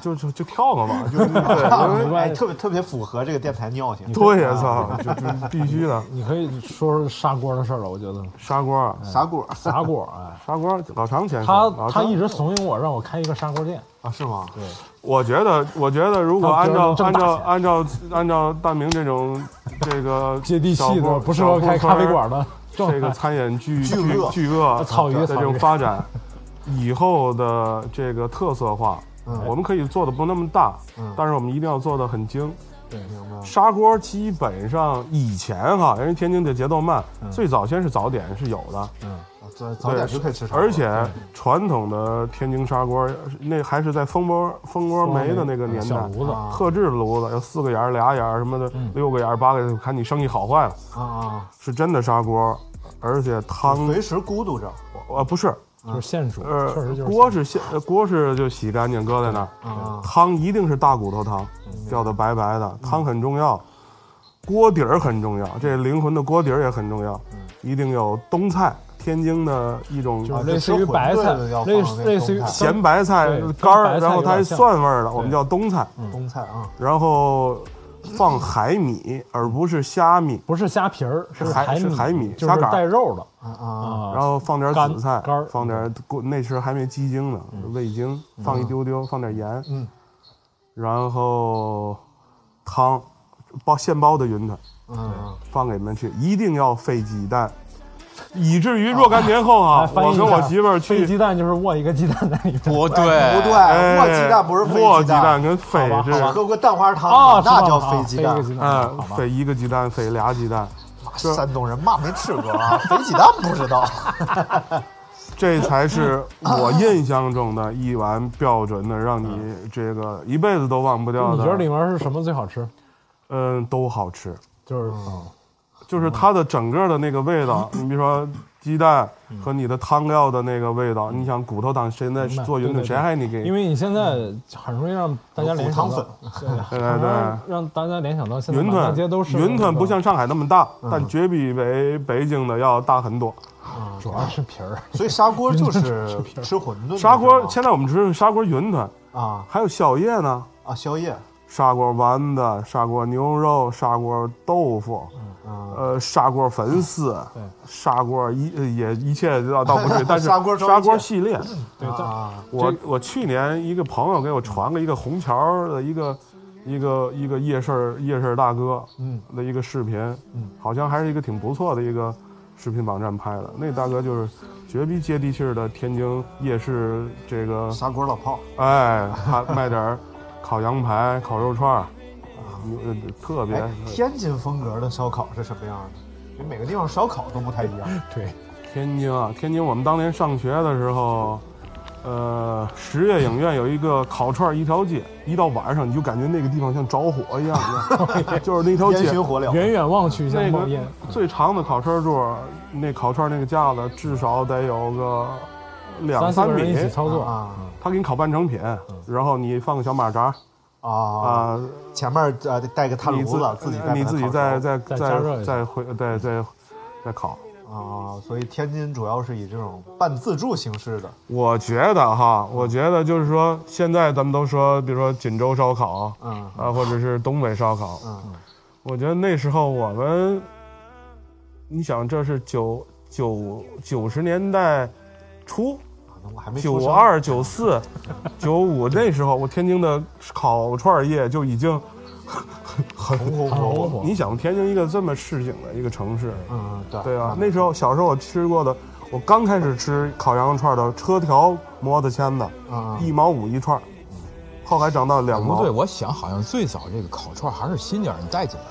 Speaker 11: 就就就跳了嘛，就 <laughs>
Speaker 10: 啊
Speaker 11: 对，
Speaker 10: <laughs>
Speaker 11: 因为
Speaker 10: 哎，特别特别符合这个电台尿性。
Speaker 11: 对呀，操，就就必须的。
Speaker 9: 你可以说说砂锅的事儿了，我觉得
Speaker 11: 砂锅，
Speaker 10: 砂锅，
Speaker 9: 砂锅，
Speaker 11: <laughs>
Speaker 9: 哎，
Speaker 11: 砂锅，老常先生，
Speaker 9: 他
Speaker 11: 老
Speaker 9: 他
Speaker 11: 常
Speaker 9: 一直怂恿我让我开一个砂锅店
Speaker 10: 啊，是吗？
Speaker 9: 对，
Speaker 11: 我觉得，我觉得如果按照
Speaker 9: 他
Speaker 11: 按
Speaker 9: 觉得能挣
Speaker 11: 照
Speaker 9: 大
Speaker 11: 按照按照大明这种这个
Speaker 9: 接地气
Speaker 11: 小
Speaker 9: 的，
Speaker 11: 铺
Speaker 9: 不适合开咖啡馆的
Speaker 11: 小
Speaker 9: 状
Speaker 11: 铺
Speaker 9: 态。 <laughs>
Speaker 11: 这个餐饮巨
Speaker 9: 巨
Speaker 11: 巨
Speaker 9: 鳄
Speaker 11: 巨鳄
Speaker 9: 草鱼
Speaker 11: 的
Speaker 9: 草
Speaker 11: 这种
Speaker 9: 鱼
Speaker 11: 发展，以后的这个特色化，我们可以做的不那么大，但是我们一定要做的很精。
Speaker 9: 对，
Speaker 10: 明白。
Speaker 11: 砂锅基本上以前哈，因为天津的节奏慢，最早先是早点是有的，
Speaker 10: 早早点就可以吃砂锅，
Speaker 11: 而且传统的天津砂锅，那还是在蜂窝蜂窝煤的那个年代
Speaker 9: 小炉子，
Speaker 11: 特制的炉子，有四个眼儿、俩眼儿什么的，六个眼儿、八个眼儿，看你生意好坏了，
Speaker 10: 啊啊，
Speaker 11: 是真的砂锅，而且汤
Speaker 10: 随时咕嘟着。
Speaker 11: 呃不是，
Speaker 9: 就是现煮，
Speaker 11: 呃
Speaker 9: 确实就是嗯
Speaker 11: 锅是现呃锅是就洗干净搁在那儿，
Speaker 10: 啊
Speaker 11: 汤一定是大骨头汤，吊的白白
Speaker 9: 嗯
Speaker 11: 的，汤很重要，锅底儿很重要，这灵魂的锅底儿也很重要，一定有冬菜，天津的一种
Speaker 9: 嗯
Speaker 11: 啊
Speaker 9: 就是类似于白菜，类似类似于
Speaker 11: 咸白菜
Speaker 9: 对
Speaker 11: 干
Speaker 9: 跟白
Speaker 11: 儿，
Speaker 9: 菜
Speaker 11: 然后
Speaker 9: 有
Speaker 11: 它还
Speaker 9: 点像嗯
Speaker 11: 蒜味儿的，我们叫冬菜，
Speaker 10: 冬菜啊，
Speaker 11: 然后放海米，而不是虾米，
Speaker 9: 不是虾皮儿，是
Speaker 11: 海
Speaker 9: 海
Speaker 11: 是海米
Speaker 9: 就
Speaker 11: 虾
Speaker 9: 是
Speaker 11: 杆儿
Speaker 9: 带肉的
Speaker 11: 哎
Speaker 10: 啊啊，
Speaker 9: 啊。
Speaker 11: 然后放点
Speaker 9: 干
Speaker 11: 紫菜
Speaker 9: 干儿，嗯
Speaker 11: 放点过那时候还没鸡精呢，味精放一丢丢，放点盐，
Speaker 10: 嗯，
Speaker 11: 然后汤包现包的云吞
Speaker 10: 嗯，
Speaker 11: 放给你们吃，一定要费鸡蛋，以至于若干年后啊
Speaker 9: 哎，翻译
Speaker 11: 我
Speaker 9: 一
Speaker 11: 跟我
Speaker 9: 下
Speaker 11: 媳妇儿
Speaker 9: 飞
Speaker 11: 去
Speaker 9: 鸡蛋就是握一个鸡蛋在里 <laughs> 边，
Speaker 12: 哦不对，
Speaker 10: 不对，
Speaker 11: 哎
Speaker 10: 卧鸡蛋不是飞
Speaker 11: 卧
Speaker 10: 鸡
Speaker 11: 鸡
Speaker 10: 蛋
Speaker 11: 蛋，跟飞是，
Speaker 10: 喝过蛋花
Speaker 9: 哦
Speaker 10: 汤，
Speaker 9: 知道
Speaker 10: 那
Speaker 9: 了
Speaker 10: 叫
Speaker 9: 啊
Speaker 10: 飞鸡蛋
Speaker 9: 飞一个。鸡蛋，啊
Speaker 11: 嗯
Speaker 9: 好，吧
Speaker 11: 飞一个鸡蛋，飞俩鸡蛋，是
Speaker 10: 山东人嘛没吃过
Speaker 11: <laughs>
Speaker 10: 啊，飞鸡蛋不知道。
Speaker 11: 这才是我印象中的一碗标准的，让你这个一辈子都忘不掉
Speaker 9: 嗯你觉得
Speaker 11: 的。
Speaker 9: 里面是什么最好吃？
Speaker 11: 嗯，都好吃，
Speaker 9: 就是
Speaker 11: 嗯
Speaker 9: 嗯
Speaker 11: 就是它的整个的那个味
Speaker 9: <laughs>
Speaker 11: 道。你比如说鸡蛋和你的汤料的那个味道，你想骨头汤现在
Speaker 9: 嗯明白
Speaker 11: 做云
Speaker 9: 对对
Speaker 11: 吞，
Speaker 9: 对
Speaker 11: 谁还你给？
Speaker 9: 因为你现在很容易让大家联想
Speaker 10: 有
Speaker 9: 到
Speaker 10: 骨，
Speaker 11: <laughs>
Speaker 9: 对很
Speaker 11: 对
Speaker 9: 容
Speaker 11: 对对
Speaker 9: 易让大家联想到现在
Speaker 11: 云
Speaker 9: 满大
Speaker 11: 吞
Speaker 9: 街都是嗯
Speaker 11: 云
Speaker 9: 那个
Speaker 11: 吞不像上海那么大，但绝比北北京的要大很多。
Speaker 9: 主要是皮儿，
Speaker 10: 所以砂锅就是吃馄饨的，
Speaker 11: 砂
Speaker 9: 嗯
Speaker 11: 锅
Speaker 10: 是
Speaker 11: 现在我们吃的是砂锅云吞，
Speaker 10: 吗啊
Speaker 11: 还有宵夜呢。
Speaker 10: 啊宵夜
Speaker 11: 砂锅丸子、砂锅牛肉、砂锅豆腐，呃，砂锅粉丝
Speaker 9: 嗯啊对，
Speaker 11: 砂锅一呃也一切倒倒不对，
Speaker 9: <laughs>
Speaker 11: 但是
Speaker 10: 砂锅烧一切
Speaker 11: 砂锅系列，
Speaker 9: 对，但
Speaker 10: 啊，
Speaker 11: 我我去年一个朋友给我传了一个虹桥的一个一个一个夜市夜市大哥
Speaker 10: 嗯
Speaker 11: 的一个视频，好像还是一个挺不错的一个视频网站拍的，那大哥就是绝逼接地气儿的天津夜市这个
Speaker 10: 砂锅老炮
Speaker 11: 哎，还卖点儿 <laughs> 烤羊排、烤肉串儿，啊牛呃特别
Speaker 10: 哎，天津风格的烧烤是什么样的？因为每个地方烧烤都不太一
Speaker 11: <laughs>
Speaker 10: 样。
Speaker 9: 对，
Speaker 11: 天津啊！天津，我们当年上学的时候，呃，十月影院有一个烤串儿一条街，一到晚上你就感觉那个地方像着火一样， <laughs> 你知道就是那条
Speaker 10: 烟
Speaker 11: 街
Speaker 10: 熏火
Speaker 9: <laughs>
Speaker 10: 燎，
Speaker 9: 远远望去像
Speaker 11: 那
Speaker 9: 冒
Speaker 11: 个
Speaker 9: 烟，
Speaker 11: 最长的烤串桌，那烤串那个架子至少得有个两
Speaker 9: 三
Speaker 11: 三
Speaker 9: 四个人
Speaker 11: 米
Speaker 9: 一起，操作，
Speaker 10: 啊
Speaker 11: 他给你烤半成品，然后你放个小马扎
Speaker 10: 啊！
Speaker 11: 啊，
Speaker 10: 前面呃带个炭
Speaker 11: 你
Speaker 10: 炉
Speaker 11: 自
Speaker 10: 子，自己再把它
Speaker 11: 你自己
Speaker 10: 烤熟
Speaker 11: 再再
Speaker 9: 再加热一下
Speaker 11: 再再回再再再烤。
Speaker 10: 啊，所以天津主要是以这种半自助形式的
Speaker 11: 我觉得哈，我觉得就是说，现在咱们都说，比如说锦州烧烤，
Speaker 10: 嗯
Speaker 11: 啊，或者是东北烧烤，
Speaker 10: 嗯
Speaker 11: 我觉得那时候我们，你想这是九九九十年代初，
Speaker 10: 啊
Speaker 11: 九二九四
Speaker 10: <laughs>
Speaker 11: 九五那时候，我天津的烤串业就已经 <laughs> 很
Speaker 10: 红红火
Speaker 11: 你想天津一个这么市井的一个城市，
Speaker 10: 嗯，对
Speaker 11: 对啊，那时候小时候我吃过的，我刚开始吃烤羊肉串的车条磨的签子，
Speaker 10: 啊
Speaker 11: 一毛五一串儿，
Speaker 10: 嗯
Speaker 11: 后来涨到两
Speaker 12: 不
Speaker 11: 毛。
Speaker 12: 对，我想好像最早这个烤串还是新疆人带进来的。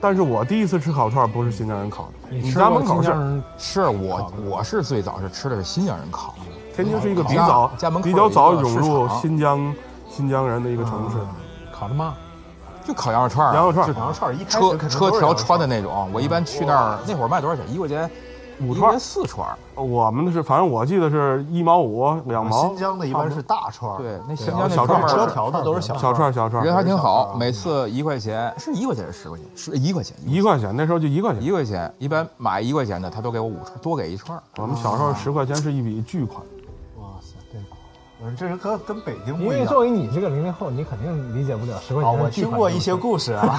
Speaker 11: 但是我第一次吃烤串不是新疆人烤的，
Speaker 12: 你
Speaker 11: 家门口是
Speaker 12: 是我我是最早是吃的是新疆人烤的。
Speaker 11: 天津是一个
Speaker 12: 烤
Speaker 11: 比
Speaker 12: 鸭
Speaker 11: 较
Speaker 12: 家门口
Speaker 11: 比较早涌
Speaker 12: 有一
Speaker 11: 入
Speaker 12: 个市场
Speaker 11: 新疆新疆人的一个城市。
Speaker 9: 烤的吗？
Speaker 12: 就烤羊肉串儿啊，
Speaker 11: 羊肉串儿
Speaker 12: 就
Speaker 11: 羊肉串儿一开始
Speaker 12: 车
Speaker 11: 肯定
Speaker 12: 车
Speaker 11: 都是羊
Speaker 12: 条
Speaker 11: 肉串儿
Speaker 12: 穿的那种。我一般去那儿那会儿卖多少钱？一块钱，
Speaker 11: 五
Speaker 12: 一
Speaker 11: 串
Speaker 12: 块四串儿。
Speaker 11: 我们是反正我记得是一毛五两毛。
Speaker 10: 啊新疆的一般是大串儿，
Speaker 12: 对，那
Speaker 10: 对
Speaker 12: 新
Speaker 10: 然
Speaker 12: 疆
Speaker 10: 后
Speaker 12: 那
Speaker 11: 小
Speaker 12: 哥
Speaker 11: 串
Speaker 12: 们
Speaker 11: 儿
Speaker 12: 儿
Speaker 11: 车条的都是小串儿小串儿
Speaker 12: 人还挺好，每次一块钱，是一块钱还是十块钱？是一块钱，
Speaker 11: 一块钱，那时候就一块钱，
Speaker 12: 一块钱，一般买一块钱的，他都给我五串，多给一串儿。
Speaker 11: 我们小时候十块钱是一笔巨款。
Speaker 10: 哇塞，对，嗯，这是跟跟北京
Speaker 9: 因
Speaker 10: 不一
Speaker 9: 为
Speaker 10: 样。
Speaker 9: 作为你这个零零后，你肯定理解不了十块
Speaker 10: 啊，
Speaker 9: 钱
Speaker 10: 我
Speaker 9: 的巨
Speaker 10: 听
Speaker 9: 款。
Speaker 10: 过一些故事啊， <laughs>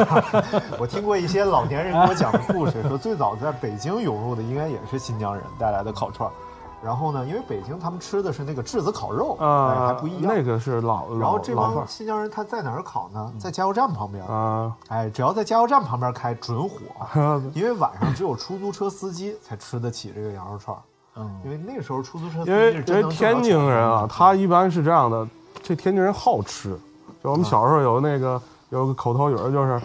Speaker 10: 我听过一些老年人给我讲的故事，说最早在北京涌入的应该也是新疆人带来的烤串儿，然后呢，因为北京他们吃的是那个炙子烤肉，哎还
Speaker 11: 啊，
Speaker 10: 不一样。
Speaker 11: 那个是老
Speaker 10: 然后
Speaker 11: 老
Speaker 10: 这
Speaker 11: 老范
Speaker 10: 帮
Speaker 11: 儿嗯
Speaker 10: 新疆人他在哪儿烤呢？在加油站旁边
Speaker 11: 啊，
Speaker 10: 哎，只要在加油站旁边开准
Speaker 11: <laughs>
Speaker 10: 火，因为晚上只有出租车司机才吃得起这个羊肉串儿，
Speaker 9: 嗯
Speaker 10: 因为那时候出租车司机
Speaker 11: <laughs>
Speaker 12: <laughs>
Speaker 11: 因为
Speaker 10: 是
Speaker 11: 因
Speaker 10: 真
Speaker 11: 为
Speaker 10: 能挣
Speaker 11: 天
Speaker 10: 到
Speaker 11: 津
Speaker 10: 钱
Speaker 11: 人
Speaker 10: 的
Speaker 11: 啊，他一般是这样的，这天津人好吃，就我
Speaker 12: 啊
Speaker 11: 们小时候有那个有个口头语儿就是，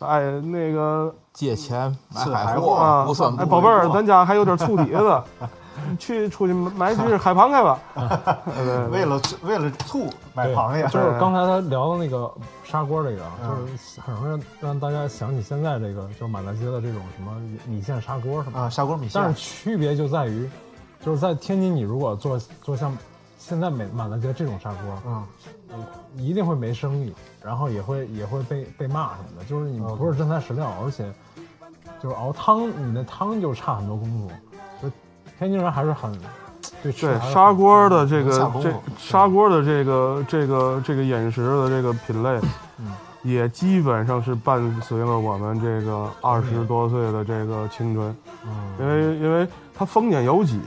Speaker 11: 哎那个
Speaker 12: 借钱买
Speaker 11: 是
Speaker 12: 海
Speaker 11: 啊
Speaker 12: 货，不算
Speaker 11: 哎
Speaker 12: 不
Speaker 11: 宝贝儿，
Speaker 12: 不
Speaker 11: 咱家还有点醋底
Speaker 12: <laughs>
Speaker 11: 子，去出去买几只海螃蟹吧。
Speaker 10: 为了为了醋买
Speaker 9: 对
Speaker 10: 螃蟹，
Speaker 9: 就是刚
Speaker 10: 嗯
Speaker 9: 才他聊的那个砂锅这个，啊就是很容易让大家想起现在这个，就是满大街的这种什么米线砂锅什么
Speaker 10: 啊，砂锅米线
Speaker 9: 但是区别就在于，就是在天津，你如果做做像现在满满大街这种砂锅，
Speaker 10: 嗯，
Speaker 9: 一定会没生意，然后也会也会被被骂什么的，就是你不是真材实料，而且就是熬汤，你的汤就差很多功夫。就天津人还是很对吃
Speaker 11: 对
Speaker 9: 还是很嗯
Speaker 11: 砂锅的这
Speaker 9: 下
Speaker 11: 个
Speaker 9: 功夫
Speaker 11: 这砂锅的这个这个这个饮食的这个品类，
Speaker 9: 嗯
Speaker 11: 也基本上是伴随了我们这个二
Speaker 9: 嗯
Speaker 11: 十多岁的这个青春，因为因为它丰俭由己。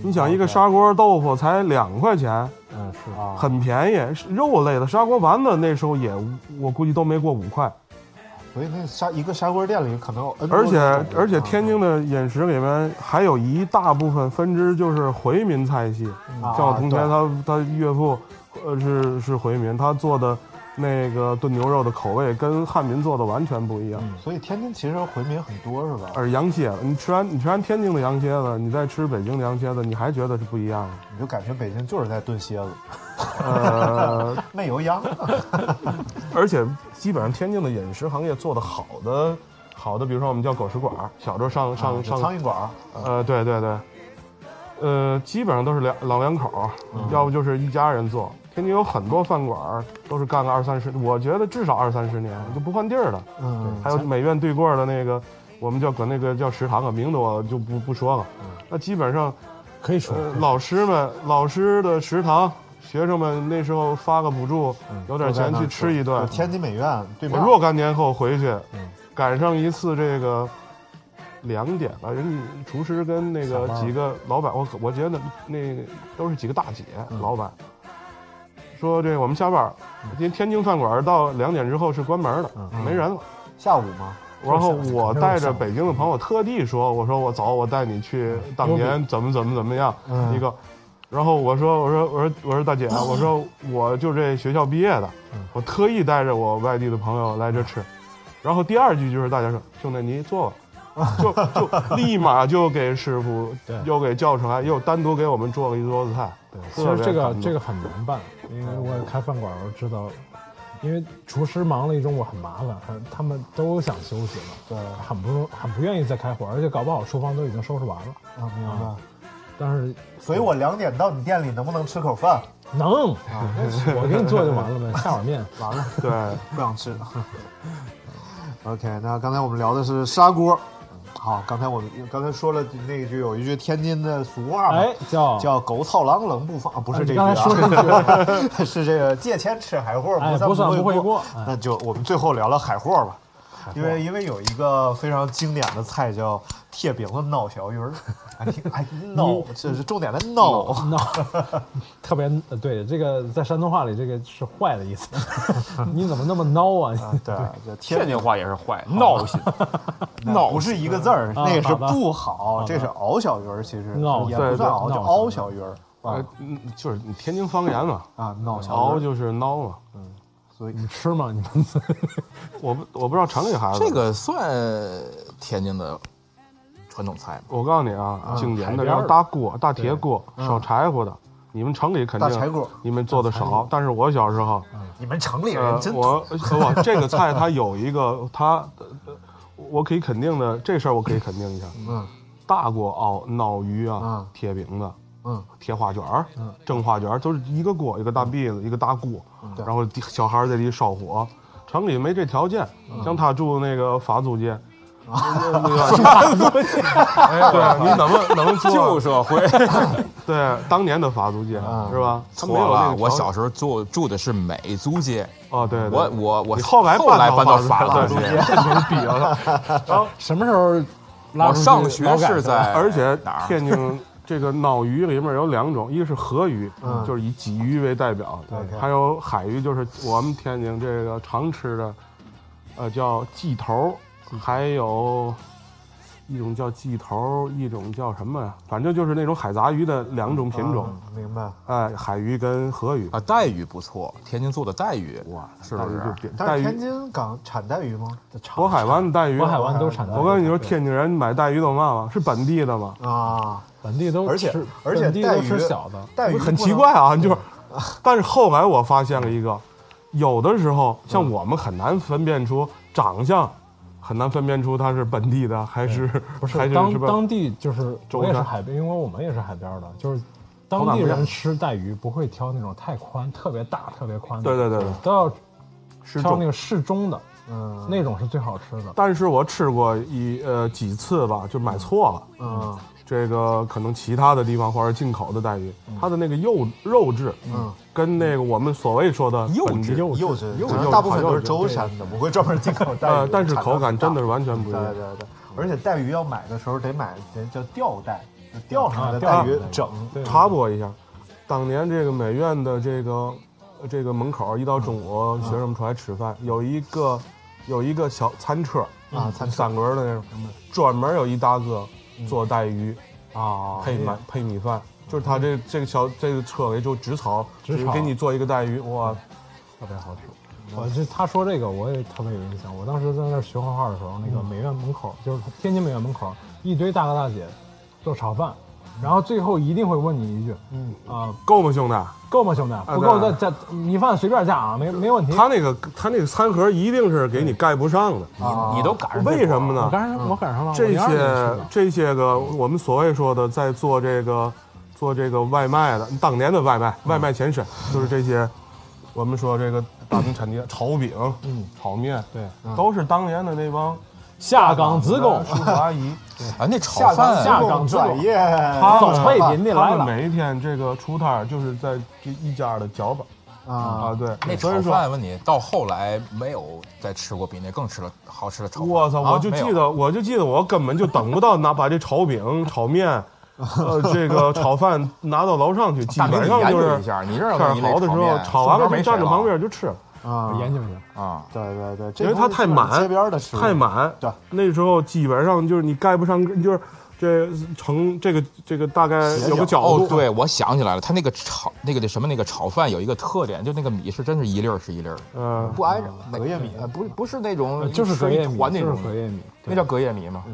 Speaker 11: 你想一个砂锅豆腐才两块钱，
Speaker 9: 嗯是啊，
Speaker 11: 很便宜。肉类的砂锅丸子那时候也，我估计都没过五块。
Speaker 10: 所以那砂一个砂锅店里可能有 N 多
Speaker 11: 而且
Speaker 10: 种啊
Speaker 11: 而且天津的饮食里面还有一大部分分支就是回民菜系，
Speaker 10: 啊
Speaker 11: 像我同学
Speaker 10: 对
Speaker 11: 他他岳父，呃是是回民，他做的那个炖牛肉的口味跟汉民做的完全不一样。
Speaker 10: 所以天津其实回民很多是吧？
Speaker 11: 而羊蝎子，你吃完你吃完天津的羊蝎子，你再吃北京的羊蝎子，你还觉得是不一样的。
Speaker 10: <laughs> 你就感觉北京就是在炖蝎子，
Speaker 11: 呃，
Speaker 10: 没有
Speaker 11: <laughs>
Speaker 10: 羊。
Speaker 11: 而且基本上天津的饮食行业做的好的，好的，比如说我们叫狗食馆儿，小时候上上
Speaker 10: 啊
Speaker 11: 上
Speaker 10: 苍蝇馆儿，
Speaker 11: 呃，对对对，呃，基本上都是两老两口儿，
Speaker 9: 嗯
Speaker 11: 要不就是一家人做。天津有很多饭馆儿都是干个二三十，我觉得至少二三十年就不换地儿了。
Speaker 10: 嗯
Speaker 11: 还有美院对过儿的那个，我们叫管那个叫食堂啊，名字我就不不说了。那基本上
Speaker 9: 嗯可以说
Speaker 11: 呃老师们老师的食堂。学生们那时候发个补助，
Speaker 9: 嗯
Speaker 11: 有点钱去吃一顿
Speaker 10: 就。天津美院对嗯面
Speaker 11: 我若干年后回去，赶上一次这个两点了，人家厨师跟那
Speaker 10: 下
Speaker 11: 个
Speaker 10: 班了
Speaker 11: 几个老板，我我觉得那个都是几个大姐、
Speaker 10: 嗯
Speaker 11: 老板，说这我们下班儿，天天津饭馆到两点之后是关门的，
Speaker 10: 嗯
Speaker 11: 没人了。
Speaker 10: 下午吗？
Speaker 11: 然后我带着北京的
Speaker 9: 嗯
Speaker 11: 朋友特地说，我说我走，我带你去当年怎么怎么怎么样
Speaker 10: 嗯
Speaker 11: 一个。然后我说我说我说我说大姐，啊
Speaker 9: 嗯
Speaker 11: 我说我就这学校毕业的，我特意带着我外地的朋友来这
Speaker 9: 嗯
Speaker 11: 吃。然后第二句就是大家说兄弟
Speaker 9: <laughs>
Speaker 11: 你坐吧。就就立马就给师傅又给叫出来，又单独给我们做了一桌子菜。
Speaker 9: 其
Speaker 11: 特
Speaker 9: 实
Speaker 11: 别
Speaker 9: 这个
Speaker 11: 感动
Speaker 9: 这个很难办，因为我开饭馆，我知道，因为厨师忙了一中午很麻烦，很他们都想休息了，对，很不容很不愿意再开火，而且搞不好厨房都已经收拾完了，
Speaker 10: 啊，明
Speaker 9: 嗯
Speaker 10: 白。
Speaker 9: 但是
Speaker 10: 所以我两点到你店里能不能吃口饭？
Speaker 9: 能， <laughs> 我给你做就完了
Speaker 11: <laughs>
Speaker 9: 呗，下碗面。
Speaker 10: 完了，
Speaker 9: <laughs> 啊
Speaker 11: 对，
Speaker 10: 不想吃了。OK，那嗯刚才我们聊的是砂锅。好，刚才我们刚才说了那句有一句天津的俗话嘛，
Speaker 9: 哎叫
Speaker 10: 叫“狗操狼冷不防”，啊不是这句
Speaker 9: 哎
Speaker 10: 啊，
Speaker 9: 你刚才说
Speaker 10: <laughs> 是这个借钱吃海货，
Speaker 9: 哎
Speaker 10: 算
Speaker 9: 不算
Speaker 10: 不
Speaker 9: 不会
Speaker 10: 过
Speaker 9: 过哎。
Speaker 10: 那就我们最后聊聊海货吧。害因为因为有一个非常经典的菜叫铁饼子脑小鱼儿，哎哎脑，这是重点的脑
Speaker 9: 脑， <laughs> 特别呃对这个在山东话里这个是坏的意思， <laughs> 你怎么那么孬啊？
Speaker 10: 对，
Speaker 12: 天津话也是坏，闹心，
Speaker 10: 脑不是一个字儿，那个是不
Speaker 9: 好
Speaker 10: 好，这是熬小鱼儿，其实
Speaker 11: 闹
Speaker 10: 也不算熬，
Speaker 11: 对对
Speaker 10: 叫熬小鱼儿
Speaker 11: 呃
Speaker 10: 啊，
Speaker 11: 嗯就是你天津方言嘛，
Speaker 10: 啊，闹小鱼儿
Speaker 11: 熬就是孬嘛，嗯，
Speaker 10: 所以
Speaker 9: 你吃吗？你们 <laughs>
Speaker 11: 我不我不知道城里孩子
Speaker 12: 这个算天津的传统
Speaker 11: <laughs>
Speaker 12: 菜吗？
Speaker 11: 我告诉你啊，
Speaker 12: 嗯
Speaker 11: 经典的
Speaker 12: 海边儿
Speaker 11: 然后大锅、大铁锅、
Speaker 12: 对
Speaker 11: 烧柴火的，你们城里肯
Speaker 10: 嗯大柴
Speaker 11: 定
Speaker 10: 锅
Speaker 11: 你们做的
Speaker 10: 大柴
Speaker 11: 少
Speaker 10: 锅，
Speaker 11: 但是我小时候，
Speaker 10: 你们城里人
Speaker 11: 呃，
Speaker 10: 真
Speaker 11: 我
Speaker 10: 土
Speaker 11: 我这个菜它有一个它，呃我可以肯定的，这事儿我可以肯定一下，
Speaker 10: 嗯
Speaker 11: 大锅熬脑鱼啊，铁饼子。
Speaker 10: 嗯，
Speaker 11: 铁花卷儿
Speaker 10: 嗯，
Speaker 11: 蒸花卷儿都是一个锅，一个大篦子，一个大锅，
Speaker 10: 对
Speaker 11: 然后地小孩儿在里烧火。城里没这条件，
Speaker 10: 嗯
Speaker 11: 像他住那个法租界，
Speaker 10: 啊
Speaker 11: 那个对，你怎么
Speaker 10: <laughs>
Speaker 11: 怎么做
Speaker 12: 旧社 <laughs> 会？
Speaker 11: 对，当年的法租界
Speaker 10: 嗯
Speaker 11: 是吧？他没
Speaker 12: 错
Speaker 11: 有那
Speaker 12: 了，
Speaker 11: 个
Speaker 12: 我
Speaker 11: 条
Speaker 12: 小时候住住的是美租界。
Speaker 11: 哦，对，对
Speaker 12: 我我我
Speaker 11: 你后来
Speaker 12: 后来搬到
Speaker 11: 法
Speaker 12: 法租
Speaker 11: 租
Speaker 12: 界
Speaker 11: 界，，
Speaker 12: <laughs>
Speaker 11: 这牛逼啊！然后
Speaker 9: 什么时候拉
Speaker 12: 我
Speaker 9: 出去
Speaker 12: 上学
Speaker 9: 劳改
Speaker 12: 是
Speaker 9: 去
Speaker 12: 在
Speaker 11: 而且
Speaker 12: 哎哪儿
Speaker 11: 天津这个脑鱼里面有两种，一个是河鱼，
Speaker 10: 嗯
Speaker 11: 就是以鲫鱼为代表，
Speaker 10: OK
Speaker 11: 还有海鱼，就是我们天津这个常吃的，呃，叫鲫头，
Speaker 10: 嗯
Speaker 11: 还有一种叫鲫头，一种叫什么呀？反正就是那种海杂鱼的两种品种，
Speaker 10: 啊明白。
Speaker 11: 哎，海鱼跟河鱼。
Speaker 12: 啊，带鱼不错，天津做的带鱼哇，是
Speaker 11: 带
Speaker 12: 不
Speaker 11: 鱼
Speaker 12: 是
Speaker 11: 就？别
Speaker 10: 但
Speaker 11: 带
Speaker 10: 是
Speaker 11: 鱼
Speaker 10: 天津港产带鱼吗？
Speaker 11: 渤海湾带鱼，
Speaker 9: 渤海湾都产带鱼
Speaker 11: 我跟你说，天津人买带鱼都嘛嘛，是本地的嘛。
Speaker 10: 啊，
Speaker 9: 本地都
Speaker 10: 而且
Speaker 9: 吃
Speaker 10: 而且
Speaker 9: 本地都
Speaker 10: 带
Speaker 9: 吃
Speaker 10: 鱼
Speaker 9: 小的，
Speaker 10: 带鱼
Speaker 11: 很
Speaker 10: 不
Speaker 11: 奇
Speaker 10: 能
Speaker 11: 怪
Speaker 10: <laughs>
Speaker 11: 啊，就是，但是后来我发现了一个，有的时候
Speaker 9: 嗯
Speaker 11: 像我们很难分辨出长相，很难分辨出他是本地的还是
Speaker 9: 不是
Speaker 11: 还是
Speaker 9: 当
Speaker 11: 是吧
Speaker 9: 当地就是
Speaker 11: 周
Speaker 9: 我也是
Speaker 11: 边
Speaker 9: 海边，因为我们也是海边的，就是
Speaker 11: 口
Speaker 9: 当
Speaker 11: 感
Speaker 9: 地
Speaker 11: 不一样
Speaker 9: 人吃带鱼不会挑那种太宽、特别大、特别宽的，
Speaker 11: 对对对对
Speaker 9: 都要
Speaker 11: 是
Speaker 9: 挑
Speaker 11: 中
Speaker 9: 那个适中的，
Speaker 10: 嗯，
Speaker 9: 那种是最好吃的。
Speaker 11: 但是我吃过一呃几次吧，就买错了。
Speaker 10: 嗯
Speaker 11: 这个可能其他的地方或者进口的带鱼，
Speaker 9: 嗯
Speaker 11: 它的那个肉肉质，
Speaker 10: 嗯，
Speaker 11: 跟那个我们所谓说的
Speaker 12: 肉
Speaker 11: 本地
Speaker 12: 质
Speaker 9: 幼
Speaker 10: 幼稚，
Speaker 11: 幼稚
Speaker 10: 大部分都
Speaker 11: 幼
Speaker 10: 是
Speaker 11: 稚
Speaker 10: 舟山的，不会专门进口带鱼。
Speaker 11: 呃，但是
Speaker 10: 产量
Speaker 11: 口感
Speaker 10: 很大
Speaker 11: 真的是完全不一
Speaker 10: 对
Speaker 11: 样。
Speaker 10: 对对，而且带鱼要买的时候得买得叫吊带，就钓上来的
Speaker 9: 啊钓上来
Speaker 10: 带鱼
Speaker 9: 的
Speaker 10: 整。
Speaker 9: 对
Speaker 11: 插播一下，当年这个美院的这个这个门口，一到中午学生们出来吃饭，有一个有一个小餐车
Speaker 10: 啊餐车
Speaker 11: 三轮的那种，专门有一大哥做带鱼
Speaker 10: 啊
Speaker 11: 配米配米饭，就是他这这个小这个车里就只炒，
Speaker 9: 只
Speaker 11: 只
Speaker 9: 炒
Speaker 11: 给你做一个带鱼，哇，
Speaker 9: 特别好吃。我这他说这个我也特别有印象，我当时在那儿学画画的时候，那个美院门口就是天津美院门口一堆大哥大姐做炒饭，然后最后一定会问你一句，嗯啊
Speaker 11: 够吗，兄弟？
Speaker 9: 够吗兄弟？不够
Speaker 11: 对
Speaker 9: 再加米饭随便加啊，没没问题。
Speaker 11: 他那个他那个餐盒一定是给你盖不上的，
Speaker 9: 啊
Speaker 12: 你你都赶上这
Speaker 11: 为什么
Speaker 9: 我
Speaker 11: 呢？
Speaker 9: 赶上我赶上了，我02
Speaker 11: 这
Speaker 9: 年去
Speaker 11: 些
Speaker 9: 的
Speaker 11: 这些个我们所谓说的在做这个做这个外卖的，当年的外卖外卖前身、就是这些，我们说这个大名产地炒饼、嗯、炒面，
Speaker 9: 对
Speaker 11: 都是当年的那帮呃
Speaker 9: 下岗职工，
Speaker 11: 叔叔阿姨，
Speaker 12: 啊，那炒饭
Speaker 9: 下岗
Speaker 10: 港
Speaker 9: 之路
Speaker 10: 转业，
Speaker 11: 他
Speaker 9: 早
Speaker 11: 们啊
Speaker 9: 废品的来
Speaker 11: 他们
Speaker 9: 了。
Speaker 11: 每一天这个出摊儿就是在这一家的脚本
Speaker 10: 啊
Speaker 11: 啊，对，
Speaker 12: 那
Speaker 11: 所
Speaker 12: 炒
Speaker 11: 以说。
Speaker 12: 饭问你，到后来没有再吃过比那更吃了好吃的炒饭。
Speaker 11: 我操！
Speaker 12: 啊
Speaker 11: 我就
Speaker 12: 没有
Speaker 11: 记得，我就记得，我根本就等不到拿把这炒饼、
Speaker 12: <laughs>
Speaker 11: 炒面，呃，这个炒饭拿到楼上去，基
Speaker 12: 大明
Speaker 11: 本
Speaker 12: 你
Speaker 11: 上
Speaker 12: 研
Speaker 11: 就
Speaker 12: 究
Speaker 11: 是
Speaker 12: 一下，你认
Speaker 11: 天
Speaker 12: 为
Speaker 11: 儿
Speaker 12: 你
Speaker 11: 好的时候，炒完了就站在旁边就吃，
Speaker 10: 啊
Speaker 9: 我！研究一下，
Speaker 12: 啊，
Speaker 10: 对对对，这
Speaker 11: 因为它太
Speaker 10: 都是
Speaker 11: 满，
Speaker 10: 街边的食物
Speaker 11: 太。满。
Speaker 10: 对，
Speaker 11: 那时候基本上就是你盖不上，就是这成这个这个大概有个角
Speaker 12: 哦
Speaker 11: 度，，
Speaker 12: 对，我想起来了，他那个炒那个那什么那个炒饭有一个特点，就那个米是真是一粒儿是一粒儿，
Speaker 11: 嗯，
Speaker 12: 不挨着
Speaker 10: 隔夜米
Speaker 12: 呃不是不是那种
Speaker 9: 呃就是隔
Speaker 12: 吃一
Speaker 9: 夜米，
Speaker 12: 团那
Speaker 9: 就
Speaker 12: 种
Speaker 9: 是隔夜米，
Speaker 12: 那叫隔夜米吗？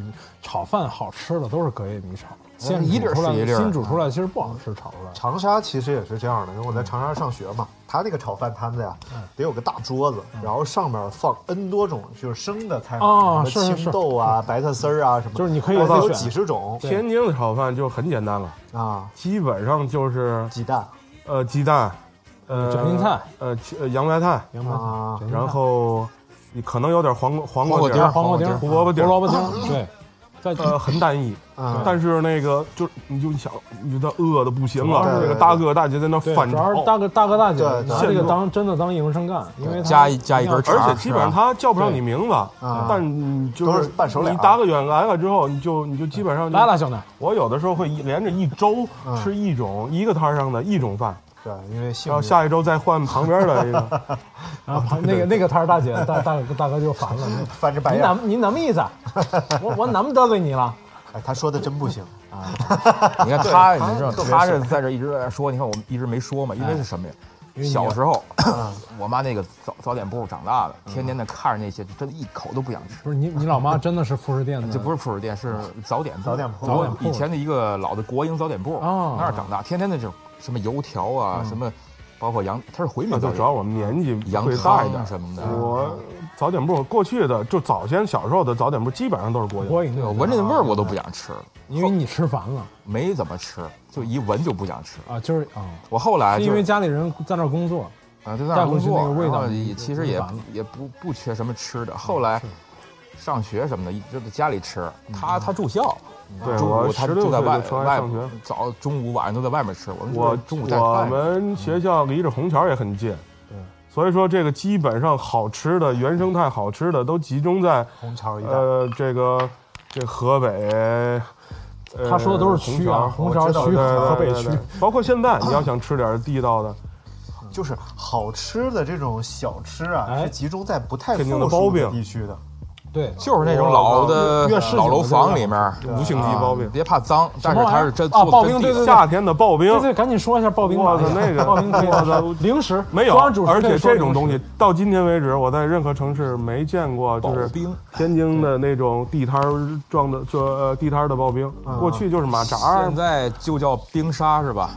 Speaker 9: 炒饭好吃的都是隔夜米炒，现
Speaker 12: 一粒儿
Speaker 9: 煮出来
Speaker 12: 是一粒儿
Speaker 9: 新煮出来其实不好吃，炒出来。
Speaker 10: 长沙其实也是这样的，因为我在长沙上学嘛，他那个炒饭摊子呀，得有个大桌子，然后上面放 N 多种就是生的菜
Speaker 9: 哦
Speaker 10: 什么
Speaker 9: 是是
Speaker 10: 青豆啊、白菜丝儿啊什么，
Speaker 9: 就是你可以
Speaker 10: 大概有
Speaker 9: 自选
Speaker 10: 几十种
Speaker 11: 天津的炒饭就很简单了，
Speaker 10: 啊，
Speaker 11: 基本上就是
Speaker 10: 鸡蛋
Speaker 11: 呃鸡蛋，呃
Speaker 9: 卷心菜，
Speaker 11: 呃其呃洋白菜，
Speaker 9: 明白
Speaker 10: 啊
Speaker 9: 行吧
Speaker 11: 然后你可能有点黄瓜
Speaker 12: 黄
Speaker 11: 黄
Speaker 12: 瓜
Speaker 11: 瓜
Speaker 12: 丁
Speaker 11: 丁
Speaker 12: 儿
Speaker 11: 儿、
Speaker 9: 黄瓜丁儿啊
Speaker 11: 胡萝卜丁
Speaker 9: 胡
Speaker 11: 儿
Speaker 9: 萝卜丁儿，对，
Speaker 11: 呃，很单一
Speaker 9: 嗯。
Speaker 11: 但是那个就是你就想，你就他饿的不行了，
Speaker 9: 主要是
Speaker 11: 这个大哥大姐在那
Speaker 9: 对
Speaker 11: 反
Speaker 9: 主要是
Speaker 11: 炒，
Speaker 9: 大哥大哥大姐拿这
Speaker 11: 现
Speaker 9: 个
Speaker 11: 状
Speaker 9: 当真的当营生干，因为他
Speaker 11: 而且基本上他叫不上你名字，但你就
Speaker 9: 啊都是伴手礼
Speaker 11: 你搭个远来了之后，你就你就基本上就
Speaker 9: 来了兄 <laughs> 弟。
Speaker 11: 我有的时候会一连着一周
Speaker 10: 嗯
Speaker 11: 吃一种一个摊儿上的一种饭，
Speaker 9: 嗯
Speaker 10: 对，因为性
Speaker 11: 然后
Speaker 10: 质
Speaker 11: 下一周再换旁边的
Speaker 9: <laughs>
Speaker 11: 一个。
Speaker 9: 然后旁啊那个那个摊儿大 <laughs> 姐大大大哥就烦 <laughs> 了，
Speaker 10: 翻着白
Speaker 9: 你
Speaker 10: 眼儿
Speaker 9: 哪你哪么意思啊？我我哪么得罪你了？
Speaker 10: 哎，他说的真不行
Speaker 9: 啊！
Speaker 12: 你看他，你知道
Speaker 10: 特别
Speaker 12: 他是
Speaker 10: 爽
Speaker 12: 在这一直在说，你看我们一直没说嘛，因为是什么呀？
Speaker 10: 因为你
Speaker 12: 小时候，我妈那个早早点部长大的，天天的看着那些，就真的一口都不想吃。
Speaker 9: 不是你你老妈真的是副食店的，
Speaker 12: 这不是副食店，是嗯早点部
Speaker 9: 早点铺
Speaker 12: 早
Speaker 9: 早点铺
Speaker 12: 以前的一个老的国营早点部，
Speaker 9: 哦
Speaker 12: 那儿长大，天天的就什么油条啊，什么包括羊，它是回民
Speaker 11: 啊，
Speaker 12: 早
Speaker 11: 就
Speaker 12: 点
Speaker 11: 主要我们年纪
Speaker 12: 羊
Speaker 11: 会
Speaker 12: 汤
Speaker 11: 大
Speaker 12: 啊
Speaker 11: 一点
Speaker 12: 什么的
Speaker 11: 我早点部过去的就早先小时候的早点部基本上都是国营，
Speaker 9: 国营的
Speaker 11: 对
Speaker 12: 我闻着那味儿我都不想吃，
Speaker 9: 因为你吃烦了
Speaker 12: 没怎么吃，就一闻就不想吃。
Speaker 9: 啊，就是啊，
Speaker 12: 我后来
Speaker 9: 是
Speaker 12: 就
Speaker 9: 因为家里人在那儿工作
Speaker 12: 啊，就在那儿工作，
Speaker 9: 带回去那个味道
Speaker 12: 然后也
Speaker 9: 就
Speaker 12: 其实也
Speaker 9: 就完了
Speaker 12: 也不不缺什么吃的。后来上学什么的，就在家里吃。他他住校，
Speaker 11: 对
Speaker 12: 中
Speaker 11: 我
Speaker 12: 午他
Speaker 11: 16
Speaker 12: 就在
Speaker 11: 岁就
Speaker 12: 外
Speaker 11: 出来
Speaker 12: 外
Speaker 11: 上学
Speaker 12: 早中午晚上都在外面吃。我们
Speaker 11: 我
Speaker 12: 中午在
Speaker 11: 我
Speaker 12: 外面
Speaker 9: 嗯
Speaker 11: 们学校离着虹桥也很近，所以说这个基本上好吃的原生态好吃的都集中在
Speaker 10: 虹桥一带
Speaker 11: 呃这个这河北。呃
Speaker 9: 他说的都是区啊虹
Speaker 11: 虹
Speaker 9: 桥区
Speaker 11: 对对对
Speaker 9: 河北
Speaker 11: 对
Speaker 9: 区
Speaker 11: 对包括现在你要想吃点地道的，
Speaker 10: 就是好吃的这种小吃啊，是集中在不太
Speaker 11: 天津
Speaker 10: 富
Speaker 11: 的包
Speaker 10: 庶
Speaker 11: 饼
Speaker 10: 地区的。
Speaker 9: 对，
Speaker 12: 就是那种老的
Speaker 11: 越越市井的
Speaker 12: 老楼房里面
Speaker 11: 对吧五星级
Speaker 12: 啊
Speaker 11: 刨冰
Speaker 12: 别怕脏，但
Speaker 9: 什
Speaker 12: 是
Speaker 9: 么玩意
Speaker 12: 它
Speaker 9: 儿
Speaker 12: 是真做
Speaker 9: 啊，
Speaker 12: 得
Speaker 9: 刨
Speaker 12: 真
Speaker 9: 冰
Speaker 12: 地
Speaker 9: 对对，
Speaker 12: 道
Speaker 11: 夏天的刨冰
Speaker 9: 对对，赶紧说一下刨冰吧。
Speaker 11: 我操那个
Speaker 9: 刨冰可以
Speaker 11: 我操
Speaker 9: 零食
Speaker 11: 没有
Speaker 9: 中央主，食
Speaker 11: 而且
Speaker 9: 可以说
Speaker 11: 这种东
Speaker 9: 零
Speaker 11: 西
Speaker 9: 食
Speaker 11: 到今天为止，我在任何城市没见过，就
Speaker 12: 刨
Speaker 11: 是
Speaker 12: 冰
Speaker 11: 天津的那种地摊儿装的，就呃地摊儿的刨冰，
Speaker 9: 啊
Speaker 11: 过去就是马扎儿
Speaker 12: 现在就叫冰沙是吧？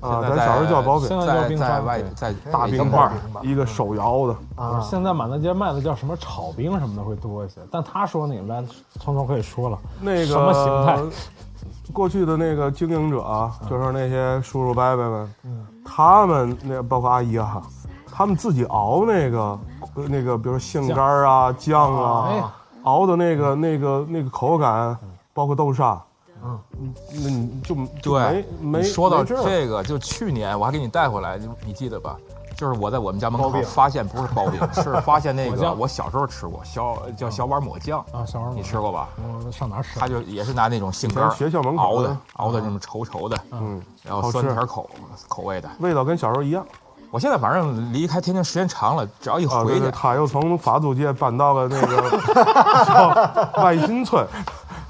Speaker 11: 啊，
Speaker 12: 现在
Speaker 11: 咱小时候叫
Speaker 12: 在
Speaker 11: 刨冰，
Speaker 12: 在在外在
Speaker 11: 大
Speaker 12: 北
Speaker 11: 冰
Speaker 12: 京
Speaker 11: 块儿
Speaker 12: 这儿，
Speaker 11: 一个手摇的，
Speaker 9: 不是现在满大街卖的叫什么炒冰什么的会多一些，但他说那个来，聪聪可以说了，
Speaker 11: 那个
Speaker 9: 什么形态？
Speaker 11: 过去的那个经营者啊，就是那些叔叔伯伯们，他们那包括阿姨啊，他们自己熬那个呃那个，比如杏干儿啊、酱
Speaker 9: 哎
Speaker 11: 啊，熬的那个那个那个口感，包括豆沙，嗯，那你就就
Speaker 12: 对
Speaker 11: 没，没
Speaker 12: 你说到
Speaker 11: 没劲儿
Speaker 12: 这个，就去年我还给你带回来，你你记得吧？就是我在我们家门
Speaker 10: 包
Speaker 12: 口
Speaker 10: 饼
Speaker 12: 发现，不是包饼，是发现那
Speaker 9: 抹
Speaker 12: 个
Speaker 9: 酱
Speaker 12: 我小时候吃过小叫小碗抹酱，
Speaker 9: 啊，小时候
Speaker 12: 你吃过吧？
Speaker 9: 我上哪儿吃？
Speaker 12: 他就也是拿那种杏干
Speaker 11: 以
Speaker 12: 儿
Speaker 11: 前学校门口
Speaker 12: 熬的
Speaker 11: 的，
Speaker 12: 熬的那么稠稠的，
Speaker 11: 嗯，
Speaker 12: 然后
Speaker 11: 好吃
Speaker 12: 酸甜口口味的。
Speaker 11: 味道跟小时候一样。
Speaker 12: 我现在反正离开天津时间长了，只要一
Speaker 11: 啊，
Speaker 12: 回
Speaker 11: 对
Speaker 12: 去
Speaker 11: 对，，他又从法租界搬到了那个叫万新村，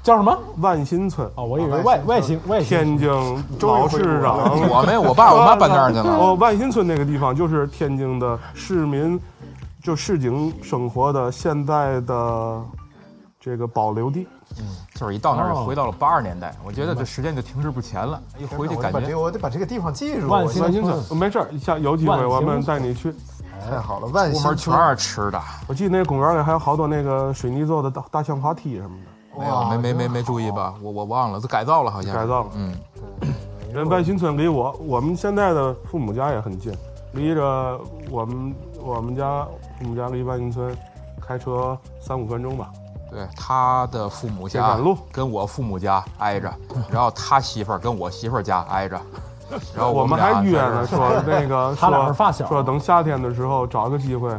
Speaker 9: 叫什么？
Speaker 11: 万新村
Speaker 9: 啊，我以为外外星外星
Speaker 11: 天津老市长，
Speaker 12: <laughs> 我没有，我爸我妈搬那儿去了。
Speaker 11: 哦，万新村那个地方就是天津的市民，就市井生活的现在的这个保留地。
Speaker 12: <laughs> 就是一到那儿就
Speaker 9: 哦
Speaker 12: 回到了八十年代，我觉得这时间就停滞不前了。一回去
Speaker 10: 我得
Speaker 12: 感
Speaker 10: 把这
Speaker 12: 觉
Speaker 10: 个我得把这个地方记住。
Speaker 9: 万
Speaker 10: 我
Speaker 9: 兴
Speaker 11: 万新村没事儿，下有机会我
Speaker 9: 万
Speaker 11: 们
Speaker 9: 兴
Speaker 11: 带你去。
Speaker 10: 太好了，万
Speaker 12: 出
Speaker 10: 兴
Speaker 12: 门全
Speaker 10: 村
Speaker 12: 是吃的，
Speaker 11: 我记得那个公园里还有好多那个水泥做的大大象滑梯什么的，
Speaker 12: 没有没没没没注意吧？我我忘了，都改造了好像。
Speaker 11: 改造了。
Speaker 12: 嗯，
Speaker 11: 人万新村离我我们现在的父母家也很近，离着我们我们家我们家离万新村开车三五分钟吧。
Speaker 12: 对，他的父母
Speaker 11: 北
Speaker 12: 家
Speaker 11: 展路
Speaker 12: 跟我父母家挨着，然后他媳妇儿跟我媳妇儿家挨
Speaker 11: <laughs>
Speaker 12: 着，然后
Speaker 11: 我们
Speaker 12: 哦俩
Speaker 11: 还约
Speaker 12: 在这
Speaker 11: 呢，
Speaker 12: 儿 <laughs>
Speaker 11: 说那个
Speaker 9: <laughs> 他俩是
Speaker 11: 说
Speaker 9: 发小
Speaker 11: 说等夏天的时候找个机会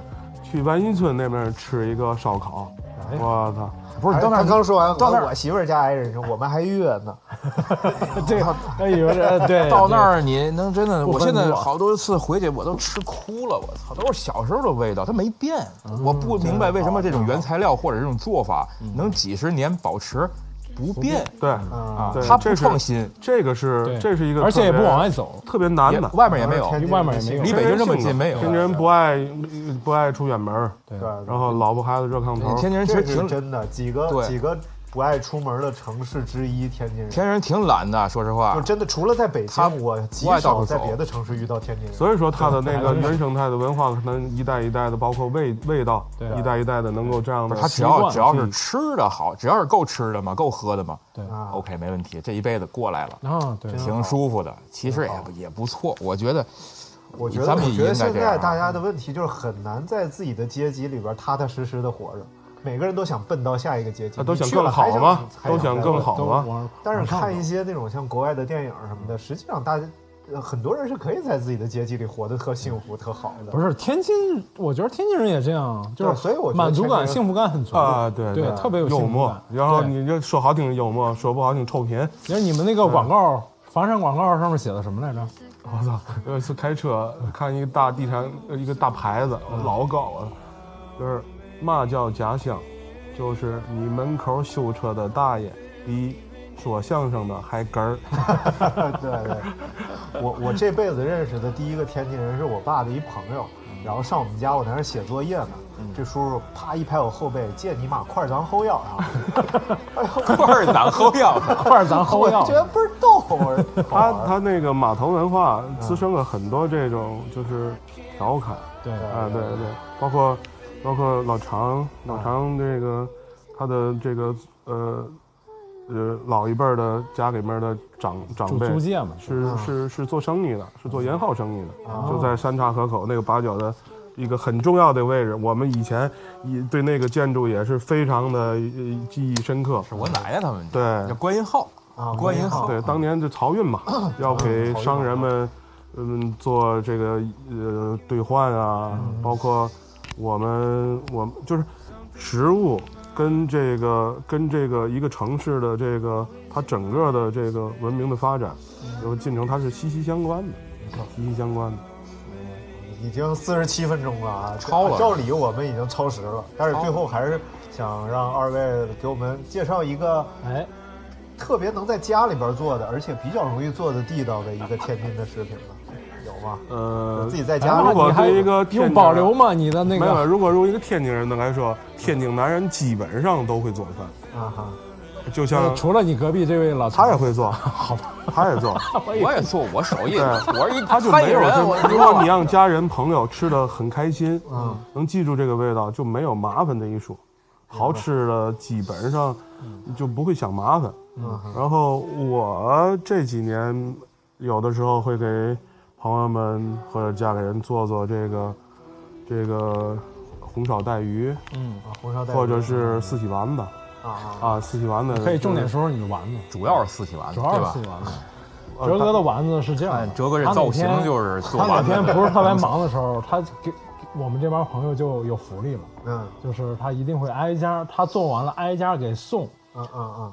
Speaker 11: 去万新村那边吃一个烧烤。
Speaker 9: 哎
Speaker 11: 我操！
Speaker 12: 不是
Speaker 10: 哎
Speaker 12: 到那
Speaker 10: 他
Speaker 12: 儿
Speaker 10: 刚说完，
Speaker 12: 到那
Speaker 10: 我
Speaker 12: 儿
Speaker 10: 我媳妇儿家挨着，我们还约呢。
Speaker 9: <laughs> 这个，哎以为这 <laughs> 对
Speaker 12: 呃到那儿你能真的，
Speaker 9: 不
Speaker 12: 我
Speaker 9: 分
Speaker 12: 现在
Speaker 9: 你我
Speaker 12: 好多次回去我都吃哭了，我操，都是小时候的味道，它没变。我不明白为什么这种原材料或者这种做法能几十年保持不变
Speaker 11: 对
Speaker 12: 啊
Speaker 11: 对，，
Speaker 12: 它不
Speaker 11: 这是
Speaker 12: 创，新，
Speaker 11: 这个是
Speaker 9: 嗯对
Speaker 11: 这是一个，
Speaker 9: 而且也不往外，走，
Speaker 11: 特别难
Speaker 12: 也
Speaker 11: 的。
Speaker 12: 外面也没有，
Speaker 9: 离外面也没有
Speaker 12: 离北京这么近没有。啊
Speaker 11: 天津人不爱不爱出远门儿，
Speaker 9: 对
Speaker 10: 对，
Speaker 11: 然后老婆孩子热炕头。
Speaker 12: 天津人其实
Speaker 10: 这
Speaker 12: 挺
Speaker 10: 是
Speaker 12: 天
Speaker 10: 真的，几个
Speaker 12: 对
Speaker 10: 几个不爱出门的城市之一，天津人。
Speaker 12: 津人挺懒的，说实话
Speaker 10: 就，真的，除了在北
Speaker 12: 他
Speaker 10: 京，我极
Speaker 12: 不爱到
Speaker 10: 少
Speaker 12: 处
Speaker 10: 在
Speaker 12: 走
Speaker 10: 别的城市遇到天津人。
Speaker 11: 所以说，它的那个原生态的文化，可能一代一代的，包括味味道，一代一代的能够这样的习
Speaker 12: 他
Speaker 11: 惯。
Speaker 12: 只要只要是吃的好，只要是够吃的嘛，够喝的嘛，
Speaker 9: 对
Speaker 10: 啊
Speaker 12: OK 没问题，这一辈子过来了。
Speaker 9: 啊，对，
Speaker 12: 挺舒服的，其实也也不错，我觉得。 <laughs>
Speaker 10: 我觉得，
Speaker 12: 咱们
Speaker 10: 我
Speaker 12: 也
Speaker 10: 觉得
Speaker 12: 应该
Speaker 10: 现
Speaker 12: 这样啊
Speaker 10: 在大家的问题就是很难在自己的阶级里边踏踏实实的活着。每个人都想奔到下一个阶梯，
Speaker 11: 啊都想
Speaker 10: 你去了
Speaker 11: 更好
Speaker 10: 还想
Speaker 11: 吗
Speaker 10: 还
Speaker 11: 都想更好吗
Speaker 10: 都往但是看一些那种像国外的电影什么的，实际上大家呃很多人是可以在自己的阶梯里活得特幸福、特好的。
Speaker 9: 不是天津，我觉得天津人也这样，就
Speaker 10: 对
Speaker 9: 是
Speaker 10: 所以我觉得
Speaker 9: 满足
Speaker 10: 天
Speaker 9: 感、
Speaker 10: 津人
Speaker 9: 幸福感很足
Speaker 11: 啊，对
Speaker 9: 对，特别有幸
Speaker 11: 幽
Speaker 9: 福
Speaker 11: 默
Speaker 9: 感。。
Speaker 11: 然后
Speaker 9: 对
Speaker 11: 你这说好挺幽默，说不好挺臭贫。
Speaker 9: 你看你们那个广告，房产广告上面写的什么来着？
Speaker 11: 我操！有一次开车看一个大地产，呃一个大牌子，老高了，就是嘛叫家乡，就是你门口修车的大爷比说相声的还哏儿。
Speaker 10: 对 <laughs> 对，我我这辈子认识的第一个天津人是我爸的一朋友，然后上我们家，我在那儿写作业呢。这叔叔啪一拍我后背，借你妈块儿咱后腰啊！
Speaker 12: 块儿咱后要，
Speaker 9: 块儿咱后
Speaker 10: 我
Speaker 9: 要
Speaker 10: 觉。得倍儿逗，我说好
Speaker 11: 他
Speaker 10: 玩
Speaker 9: 啊
Speaker 10: 儿
Speaker 11: 他那个码头文化滋生了很多这种就是调侃，
Speaker 9: 对
Speaker 11: 啊，对对，包括包括老常老
Speaker 9: 嗯
Speaker 11: 常这个他的这个呃呃老一辈儿的家里面的长长
Speaker 9: 住
Speaker 11: 辈
Speaker 9: 租嗯界嘛，
Speaker 11: 是是是做生意的，是做盐号生意
Speaker 9: 嗯
Speaker 11: 的，就在三岔河口那个八角的。一个很重要的位置，我们以前一对那个建筑也是非常的呃记忆深刻。
Speaker 12: <laughs> 是我奶奶他们
Speaker 11: 对，
Speaker 12: 叫观音号，
Speaker 10: 啊，
Speaker 12: 观音号
Speaker 11: 对，当年这漕运嘛，要给商人们，嗯，做这个呃兑换啊，包括我们我们就是食物跟这个跟这个一个城市的这个它整个的这个文明的发展，有进程它是息息相关的，息息相关的。
Speaker 10: 已经四十七分钟了啊，
Speaker 12: 超了
Speaker 10: 照理我们已经超时了，但是最后还是想让二位给我们介绍一个
Speaker 9: 哎，
Speaker 10: 特别能在家里边做的，而且比较容易做的地道的一个天津的食品吧，有吗？
Speaker 11: 呃，
Speaker 10: 自己
Speaker 9: 啊
Speaker 10: 在家
Speaker 11: 如果对一个天
Speaker 9: 用
Speaker 11: 津
Speaker 9: 保
Speaker 11: 人
Speaker 9: 留吗？你的那
Speaker 11: 没有，
Speaker 9: 个
Speaker 11: 如果如果一个天津人的来说，天津男人基本上都会做饭，
Speaker 10: 啊哈，
Speaker 11: 就像
Speaker 9: 呃除了你隔壁这位老
Speaker 11: 他
Speaker 9: 曹
Speaker 11: 也，会做，好吧，他也做。
Speaker 12: 我也做，我手艺，我是一
Speaker 11: 他就没有
Speaker 12: 汉人
Speaker 11: 这。
Speaker 12: 我
Speaker 11: 如果你让家人朋友吃的很开心，
Speaker 10: 嗯
Speaker 11: 能记住这个味道，就没有麻烦这一说。好吃的基本上就不会想麻烦。
Speaker 10: 嗯
Speaker 11: 然后我这几年有的时候会给朋友们或者家里人做做这个这个红烧带鱼，
Speaker 9: 嗯，
Speaker 10: 啊红烧带鱼
Speaker 11: 或者是四喜丸子
Speaker 10: 啊啊，
Speaker 11: 啊，四喜丸子
Speaker 9: 可以重点说说你的丸子，
Speaker 12: 主要是四喜丸子，
Speaker 9: 主
Speaker 12: 对
Speaker 9: 要
Speaker 12: 吧
Speaker 9: 是？丸子。
Speaker 11: 呃
Speaker 9: 哲哥的丸子是这样的
Speaker 12: 看，哲哥这造型
Speaker 9: 他哪天
Speaker 12: 就是做
Speaker 9: 他哪
Speaker 12: 丸子
Speaker 9: 天不是特别
Speaker 12: <laughs>
Speaker 9: 忙的时候，他给给我们这帮朋友就有福利了，
Speaker 10: 嗯
Speaker 9: 就是他一定会挨家，他做完了挨家给送
Speaker 10: 嗯嗯嗯，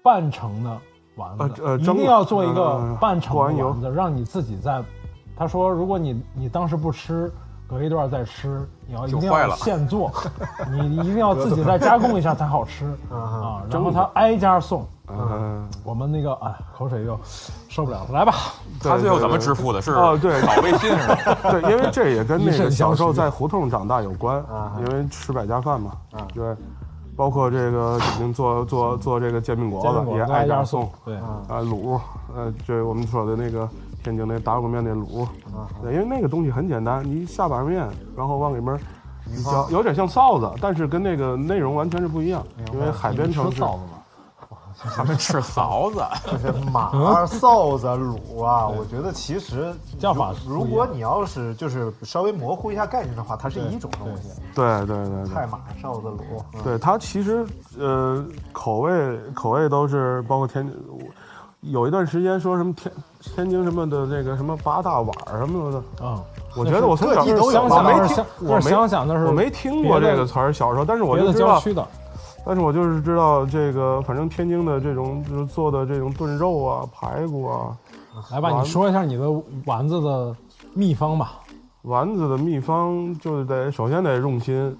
Speaker 9: 半成的丸子，
Speaker 11: 呃呃
Speaker 9: 一
Speaker 11: 蒸的
Speaker 9: 定要做一个
Speaker 11: 呃
Speaker 9: 半成
Speaker 11: 过完
Speaker 9: 的
Speaker 11: 油
Speaker 9: 丸子，让你自己在。他说，如果你你当时不吃，隔一段再吃，你要一
Speaker 12: 就
Speaker 9: 定
Speaker 12: 坏
Speaker 9: 要
Speaker 12: 了
Speaker 9: 现做，
Speaker 11: <laughs>
Speaker 9: 你一定要自己再加工一下才好吃啊。然后他挨家送，
Speaker 11: 嗯，
Speaker 9: 我们那个哎，口水又受不了了，来吧，
Speaker 12: 他最后怎么
Speaker 11: 吃？
Speaker 12: 致富的？是
Speaker 11: 哦对
Speaker 12: 扫微信 <laughs> 是吧？
Speaker 11: <laughs> 对，因为这也跟那
Speaker 9: 一
Speaker 11: 个
Speaker 9: 身
Speaker 11: 小
Speaker 9: 相
Speaker 11: 时候
Speaker 9: 许
Speaker 11: 在胡同长大有关，
Speaker 9: 啊
Speaker 11: 因为吃百家饭嘛，对，包括这个肯定做做做这个煎饼果
Speaker 9: 煎饼
Speaker 11: 子
Speaker 9: 果
Speaker 11: 也
Speaker 9: 子
Speaker 11: 挨
Speaker 9: 家
Speaker 11: 家送，
Speaker 9: 对，
Speaker 11: 啊卤，呃，这我们说的那个天津那打卤面那
Speaker 9: 啊
Speaker 11: 卤，对，因为那个东西很简单，你下把面，然后往里面一浇，有点像臊子，但是跟那个内容完全是不一样，因为海边
Speaker 9: 你吃
Speaker 11: 城市
Speaker 9: 臊子吗？
Speaker 12: 他们 <laughs> 吃臊子，
Speaker 9: <laughs>
Speaker 10: 就是马臊子卤啊，我觉得其实
Speaker 9: 嗯叫法是不一样
Speaker 10: 如果你要是就是稍微模糊一下概念的话，它是一种东西，
Speaker 11: 对对对对。
Speaker 10: 菜马臊子卤，嗯
Speaker 11: 对它其实呃口味口味都是包括天，我有一段时间说什么天天津什么的那个什么八大碗儿什么的，
Speaker 9: 啊，
Speaker 11: 我觉得我从
Speaker 10: 各
Speaker 11: 小
Speaker 10: 地都有
Speaker 9: 乡
Speaker 11: 我
Speaker 9: 下
Speaker 11: 没
Speaker 9: 那是
Speaker 11: 听
Speaker 9: 乡
Speaker 11: 我
Speaker 9: 那是
Speaker 11: 没
Speaker 9: 乡下那是
Speaker 11: 我没听过
Speaker 9: 别的
Speaker 11: 这个词儿，小时候，但是我
Speaker 9: 别
Speaker 11: 就
Speaker 9: 的
Speaker 11: 知
Speaker 9: 郊
Speaker 11: 道，
Speaker 9: 区的，
Speaker 11: 但是我就是知道这个，反正天津的这种就是做的这种炖肉啊、排骨啊、
Speaker 9: 来吧，你说一下你的丸子的秘方吧。
Speaker 11: 丸子的秘方，就是得首先得用心，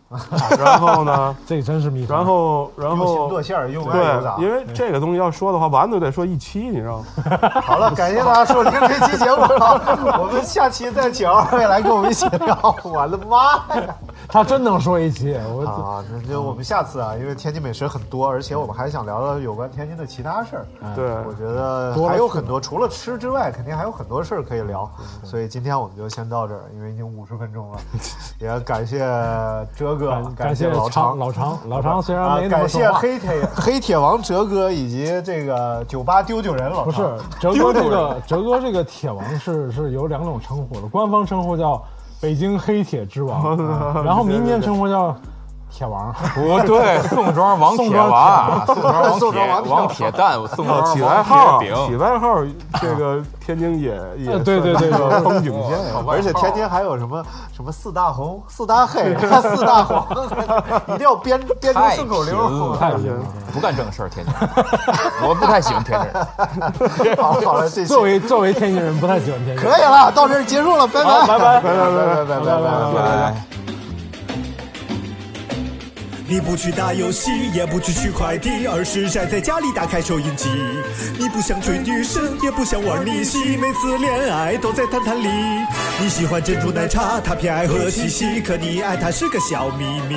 Speaker 11: 然后呢，
Speaker 9: 这真是秘方。
Speaker 11: 然后然
Speaker 10: 用心
Speaker 11: 后
Speaker 10: 剁馅儿，用爱油炸
Speaker 11: 对，。因为这个东西要说的话，丸子得说一期，你知道吗？
Speaker 10: 好了，感谢大家收听这期节目
Speaker 9: <laughs>
Speaker 10: 了，我们下期再请二位来跟我们一起聊。我的妈呀！
Speaker 9: 他真能说一期，我、
Speaker 10: 啊，那
Speaker 9: 嗯
Speaker 10: 就我们下次啊，因为天津美食很多，而且我们还想聊聊有关天津的其他事儿。
Speaker 11: 对，
Speaker 10: 嗯我觉得还有很多，除了吃之外，肯定还有很多事儿可以聊。
Speaker 9: 嗯
Speaker 10: 所以今天我们就先到这儿，因为已经五十
Speaker 9: <laughs>
Speaker 10: 分钟了，也感谢哲哥，
Speaker 9: 感
Speaker 10: 谢老
Speaker 9: 常
Speaker 10: 常。
Speaker 9: 老常老常虽然
Speaker 10: 啊
Speaker 9: 没！那么
Speaker 10: 感
Speaker 9: 说
Speaker 10: 谢
Speaker 9: 话，
Speaker 10: 黑
Speaker 9: <laughs>
Speaker 10: 铁黑铁王哲哥以及这个酒吧丢酒人老常。
Speaker 9: 不是哲哥这个哲哥这个铁王是是有两种啊
Speaker 10: <laughs>
Speaker 9: 称呼的，官方称呼叫北京黑铁之王，然后民间称呼叫铁王，
Speaker 12: 不哦对，宋庄王铁娃，
Speaker 9: 宋庄
Speaker 12: 王
Speaker 9: 宋庄
Speaker 12: 铁
Speaker 9: 王
Speaker 12: 王铁啊蛋，宋庄
Speaker 11: 起
Speaker 12: 王
Speaker 11: 外号
Speaker 12: 铁饼
Speaker 11: 起外号，这个天津也也
Speaker 10: 呃
Speaker 11: 算
Speaker 10: 对对对
Speaker 11: 是个
Speaker 10: 对
Speaker 11: 风景线啊
Speaker 10: 对，而且天津还有什么什么四大红、四
Speaker 9: <laughs>
Speaker 10: 大黑、四大黄， <laughs> 一定要编编出
Speaker 12: 太
Speaker 10: 顺口溜。
Speaker 12: 贫了，不干正事儿， <laughs> 天津人，我不太喜欢天津人。
Speaker 10: 好好了，这
Speaker 9: <laughs> 作为作为天津人不太喜欢天津人，
Speaker 10: 可以了，到这儿结束了，拜拜
Speaker 9: 好拜拜
Speaker 10: 拜拜拜拜拜拜拜。
Speaker 1: 你不去打游戏，也不去取快递，而是宅在家里打开收音机。你不想追女神，也不想玩逆袭，每次恋爱都在谈谈里。你喜欢珍珠奶茶，他偏爱喝西西，可你爱他是个小秘密。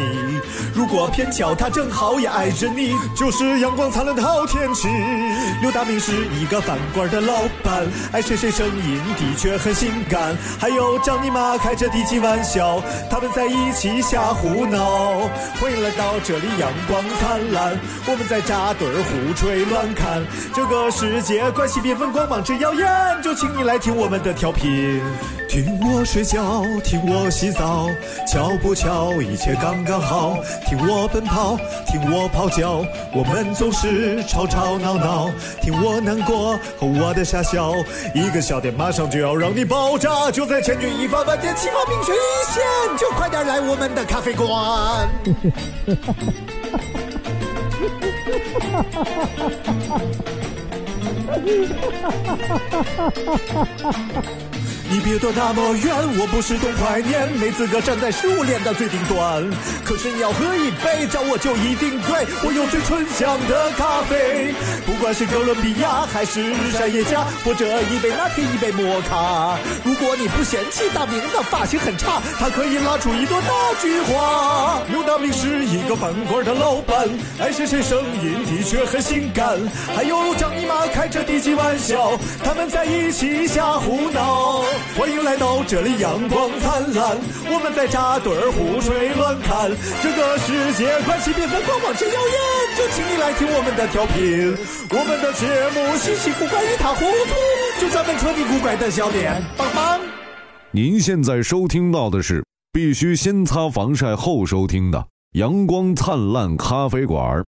Speaker 1: 如果偏巧他正好也爱着你，就是阳光灿烂的好天气。刘大明是一个饭馆的老板，爱谁谁声音的确很性感，还有张尼玛开着低级玩笑，他们在一起瞎胡闹。欢迎来到这里，阳光灿烂，我们在扎堆儿胡吹乱侃。这个世界关系缤纷，光芒之耀眼，就请你来听我们的调频。听我睡觉，听我洗澡，巧不巧，一切刚刚好。听我奔跑，听我咆哮，我们总是吵吵闹闹。听我难过和我的傻笑，一个笑点马上就要让你爆炸，就在千钧一发、万箭齐发、命悬一线，就快点来我们的咖啡馆。你别躲那么远，我不是东怀念，没资格站在食物链的最顶端。可是你要喝一杯，找我就一定对，我有最醇香的咖啡。不管是哥伦比亚还是日晒野加，或者一杯拿铁一杯摩卡。如果你不嫌弃大明的发型很差，他可以拉出一朵大菊花。刘大明是一个饭馆的老板，爱谁谁声音的确很性感，还有张姨妈开着低级玩笑，他们在一起瞎胡闹。欢迎来到这里，阳光灿烂，我们在扎堆儿胡吹乱侃，这个世界关系缤纷，光芒之耀眼，就请你来听我们的调频，我们的节目稀奇古怪一塌糊涂，就专门戳你古怪的笑点，棒棒。
Speaker 13: 您现在收听到的是必须先擦防晒后收听的《阳光灿烂咖啡馆》。